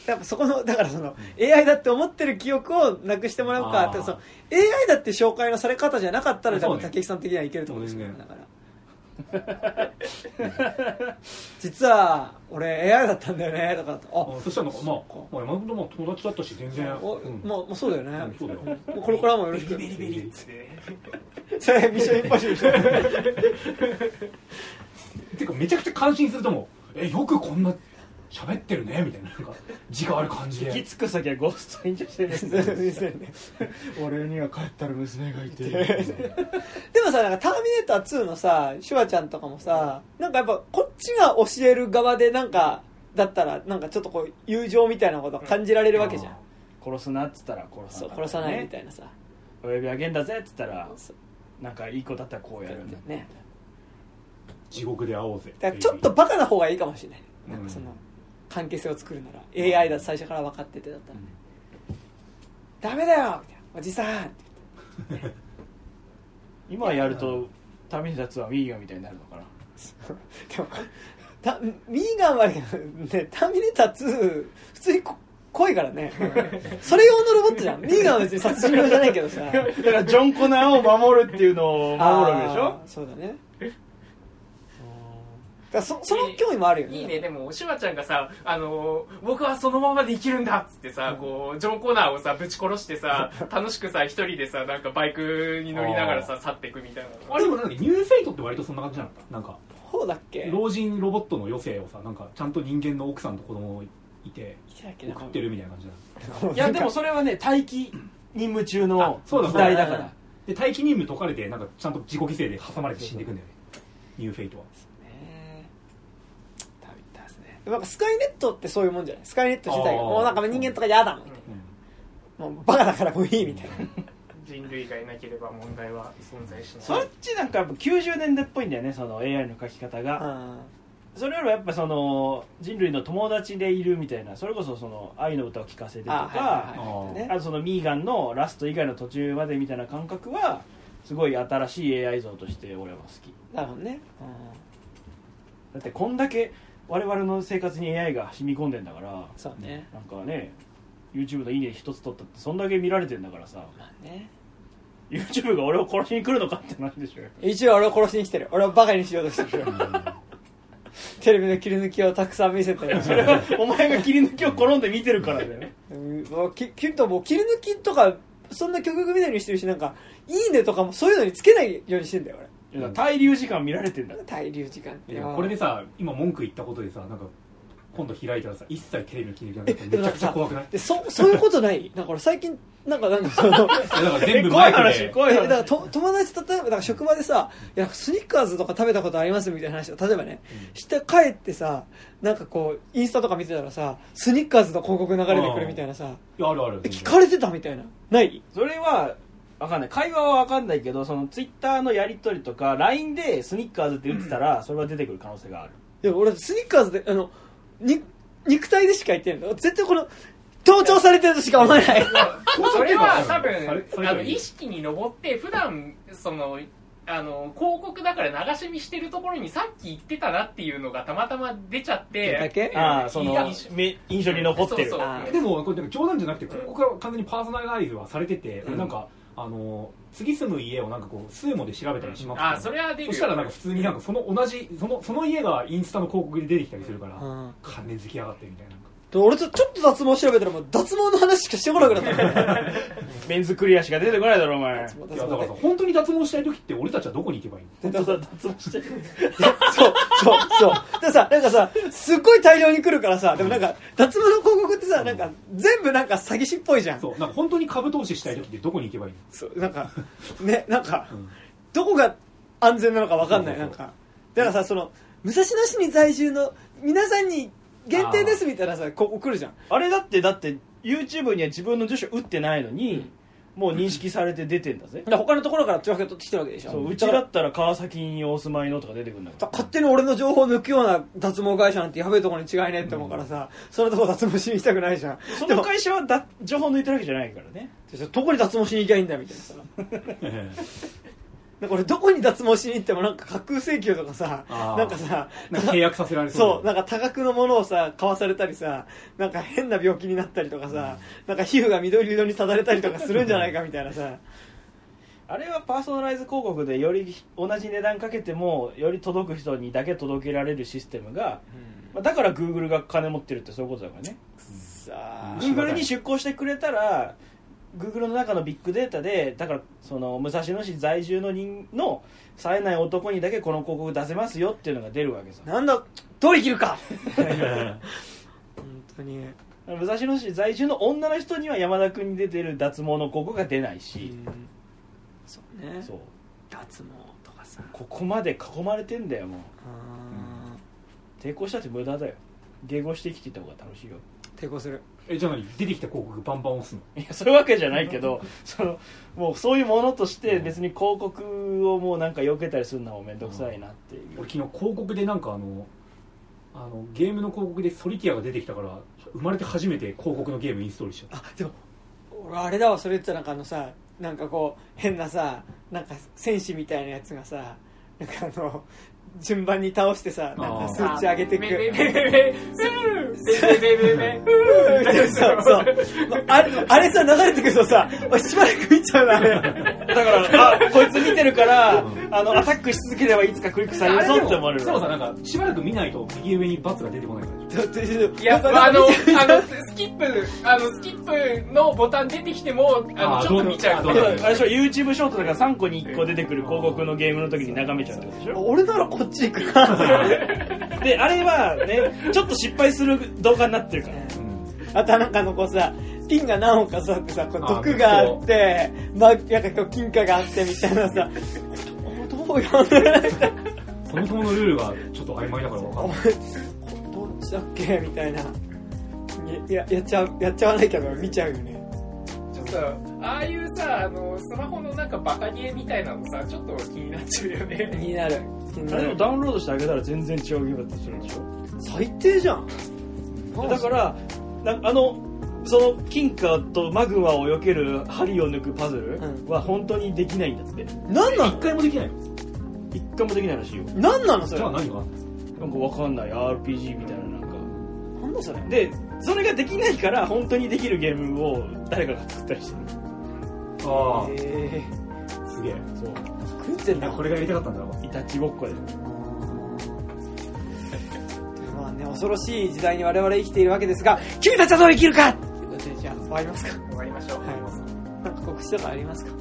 やっぱそこのだからその AI だって思ってる記憶をなくしてもらうか
あー
ただその AI だって紹介のされ方じゃなかったら多
そ
分
うね
武井さん的にはいけると思うんですけど、
そうね
だから実は俺 AI だったんだよねとかあ
あそしたらなんかまあ
そっか
まあ山本も友達だったし全然
お
うん
まあまあそうだよね、
うんそうだよ
もうこれからもよろしく
ベリベリっつってね
それミッションインポッシブルしてる
てかめちゃくちゃ感心すると思うえよくこんな喋ってるねみたいななんか字がある感じ
行き
で
着く先はゴーストインじゃしてる 俺には帰ったら娘がいて
でもさなんか「ターミネーター2」のさシュワちゃんとかもさなんかやっぱこっちが教える側でなんかだったらなんかちょっとこう友情みたいなことを感じられるわけじゃん、
あ
殺すなっつったら殺さ
そう
な
殺さないみたいなさ、
親指あげんだぜっつったら
そう
なんかいい子だったらこうやるんだ
ね
地獄で会おうぜ
だからちょっとバカな方がいいかもしれない、
うん
なんかその関係性を作るなら AI だと最初から分かっててだったらね、ダメだよみたいなおじさんって
今やるとタミネタツはミーガンみたいになるのかな
でもたミーガンはねターミネーター2普通にこ怖いからねそれ用のロボットじゃんミーガンは別に殺人用じゃないけどさ
だからジョン・コナーを守るっていうのを守るわけでしょ
あーそうだねだからそその興味もあるよね
いいねでもシュワちゃんがさあのー僕はそのままで生きるんだっつってさ、こうジョン・コナーをさぶち殺してさ楽しくさ一人でさなんかバイクに乗りながらさ去っていくみたいな
あれもなんかニューフェイトって割とそんな感じなのかなんか
そうだっけ
老人ロボットの余生をさなんかちゃんと人間の奥さんと子供いて
いつだっけな
送ってるみたいな感じなの
いやでもそれはね待機任務中の
あ
時
そうだ
代だか
そう
ら
だ
で待機任務解かれてなんかちゃんと自己犠牲で挟まれて死んでいくんだよねニューフェイトは
ねダメだですねなんかスカイネットってそういうもんじゃないスカイネット自体が
あー
もうなんか人間とか嫌だもんみたいなもうバカだからもういいみたいな
人類がいなければ問題は存在し
そ
な
っ
い
ちなんかやっぱ90年代っぽいんだよねその AI の書き方が、
あ
それよりはやっぱその人類の友達でいるみたいなそれこそその愛の歌を聴かせて
ー
と
あ
か
はいはいはい
あとそのミーガンのラスト以外の途中までみたいな感覚はすごい新しい AI 像として俺は好き
なるほどね
だってこんだけ我々の生活に AI が染み込んでんだから
そうね
なんかね YouTube の「いいね」一つ取ったってそんだけ見られてんだからさ
まあね
YouTube が俺を殺しに来るのかって話でしょ
一応俺を殺しに来てる俺をバカにしようとしてるテレビの切り抜きをたくさん見せてる
それはお前が切り抜きを転んで見てるからだよね
うんもうききっともう切り抜きとかそんな曲組みたいにしてるしなんか「いいね」とかもそういうのにつけないようにしてんだよ
いや滞留時間見られてんだ
俺滞留時間って
いやこれでさ今文句言ったことでさなんか今度開いたらさ一切テレビの切り抜きなくてめちゃくちゃ怖くない
でそ そういうことないなんか俺最近なんかなんかその
いやだから
え
全部
怖
マ
い
イク
話
で
怖い
えだから
話
と友達と例えばだから職場でさ「いやスニッカーズとか食べたことあります」みたいな話を例えばね、して帰ってさなんかこうインスタとか見てたらさスニッカーズの広告流れてくるみたいなさ
いやあるある
え聞かれてたみたいなない
それは分かんない会話は分かんないけどその Twitter のやり取りとか LINE でスニッカーズって打ってたらそれは出てくる可能性がある
でも俺スニッカーズであのに肉体でしか言ってないんだ絶対この盗聴されてるとしか思えない
それは多
それそれ
分
じゃな
あの
い
意識に上って普段そのあの広告だから流し見してるところにさっき言ってたなっていうのがたまたま出ちゃって
だけ
ああそ
い
の
や一緒
め印象に残ってる
そうそう
あー
でもこれなんか冗談じゃなくてここから完全にパーソナライズはされてて、
うん
なんかあの次住む家をなんかこうスーモで調べたりしまくって、
あそれは出るよ
そしたらなんか普通になんかその同じそのその家がインスタの広告で出てきたりするから、
うん
金好きやがってみたいななんか
で俺ちょちょっと脱毛調べたらもう脱毛の話しかしてこなくなった
メンズクリアしか出てこないだろお前
脱毛
いやだからさ
脱
本当に脱毛したい時って俺たちはどこに行けばいいの
毛
本当だ脱毛してる
そうそうそうでさなんかさすっごい大量に来るからさでもなんか脱毛の広告ってさなんか全部なんか詐欺師っぽいじゃん
そうなんか本当に株投資したい時ってどこに行けばいいの
そうなんかねなんか、
うん
どこが安全なのか分かんない
そう
な
そ
ん
うそう
かだからさその武蔵野市に在住の皆さんに限定ですみたいなさここ来るじゃん
あれだってだって YouTube には自分の住所打ってないのにもう認識されて出てんだぜ
だから他のところから帳票取ってきてるわけでしょ
そううち
だか
だ
ら
ったら川崎にお住まいのとか出てくるんだから
勝手に俺の情報を抜くような脱毛会社なんてやべえとこに違いねえって思うからさ、そのとこ脱毛しに行きたくないじゃん
そ
で
の
も
会社はだ情報抜いてるわけじゃないからね
どこに脱毛しに行きゃいいんだみたいなさなんか俺どこに脱毛しに行ってもなんか架空請求とかさ
あー
なんかさ
なんか契約させられ
そう
だ
なんか多額のものをさ買わされたりさなんか変な病気になったりとかさ、なんか皮膚が緑色にただれたりとかするんじゃないかみたいなさ
あれはパーソナライズ広告でより同じ値段かけてもより届く人にだけ届けられるシステムが、まあ、だからグーグルが金持ってるってそういうことだからね
さあ
グーグルに出向してくれたらグーグルの中のビッグデータでだからその武蔵野市在住の人の冴えない男にだけこの広告出せますよっていうのが出るわけさ
なんだどう生きるか
うん
本当に
武蔵野市在住の女の人には山田君に出てる脱毛の広告が出ないし、
そうね
そう
脱毛とかさ
ここまで囲まれてんだよもう
あ
抵抗したって無駄だよ迎合して生きていった方が楽しいよ
ー抵抗する
えじゃあ何出てきた広告バンバン押すの
いやそういうわけじゃないけどそのもうそういうものとして別に広告をもうなんか避けたりするのは面倒くさいなっていう、
俺昨日広告でなんかあのあのゲームの広告でソリティアが出てきたから生まれて初めて広告のゲームインストールしちゃっ
あでも俺あれだわそれってなんかあのさなんかこう変なさなんか戦士みたいなやつがさなんかあの順番に倒してさなんか
あー
数値上げていく
めめめめめスーめめめめ
みたいな そうそうあれあれさ流れてくるとさ俺しばらく見ちゃうなあれ
だからあこいつ見てるから、
うん
あのアタックし続ければいつかクリックさ
た
れるぞって思われる
でもさなんかしばらく見ないと右上にバツが出てこないからでしょ
ちょっとちょっと
いや、
なんか
あの、あの、スキップ、あの、スキップのボタン出てきても、あの、
あー
ちょっと見ちゃう
ど
だか
うぞ
らあれでしょ YouTube ショートだから3個に1個出てくる広告のゲームの時に眺めちゃうってことでしょ
俺ならこっち行くな
であれはねちょっと失敗する動画になってるから
あとはなんかあのこうさピンが何本かさってさこう
あ
毒があってまあなんかこう金貨があってみたいなさ どう読んでないか
うんそもそものルールがちょっと曖昧だから分か ん
お
ない
前どっちだっけみたいなやややっちゃうやっちゃわないけど見ちゃうよね
ちょっと、ああいうさ、あの、スマホのなんかバカゲーみたいなのさ、ちょっと気になっちゃうよ
気
ね。
になる気に
あ
な
れでも
る
ダウンロードしてあげたら全然違うゲームだったりするでしょ
最低じゃん
だからなあのその金貨とマグマを避ける針を抜くパズル
うん
は本当にできないんだって
何な
一回もできないの
一回もできないらしいよ
の何なのそれ
じゃあ
な
何が
なんかわかんない RPG みたいななんか
んだそれ
でそれができないから本当にできるゲームを誰かが作ったりしてる
あ
え
あすげえ
そう
ー、食ってん
な
だ
んかこれがやりたかったんだろう
いたちごっこで
まあね恐ろしい時代に我々生きているわけですが君たちはどう生きるかということでじゃあ終わりますか
終わりましょう。
はいなんか告知とかありますか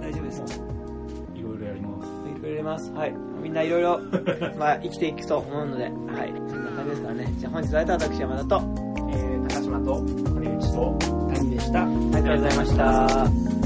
大丈夫ですか
いろいろやります
いろいろ入れます。はい。みんないろいろ、まあ、生きていくと思うので、はい。そんな感じですからね。じゃあ本日は私山田と、
えー、高島と、
堀内と谷でした
ありがとうございました。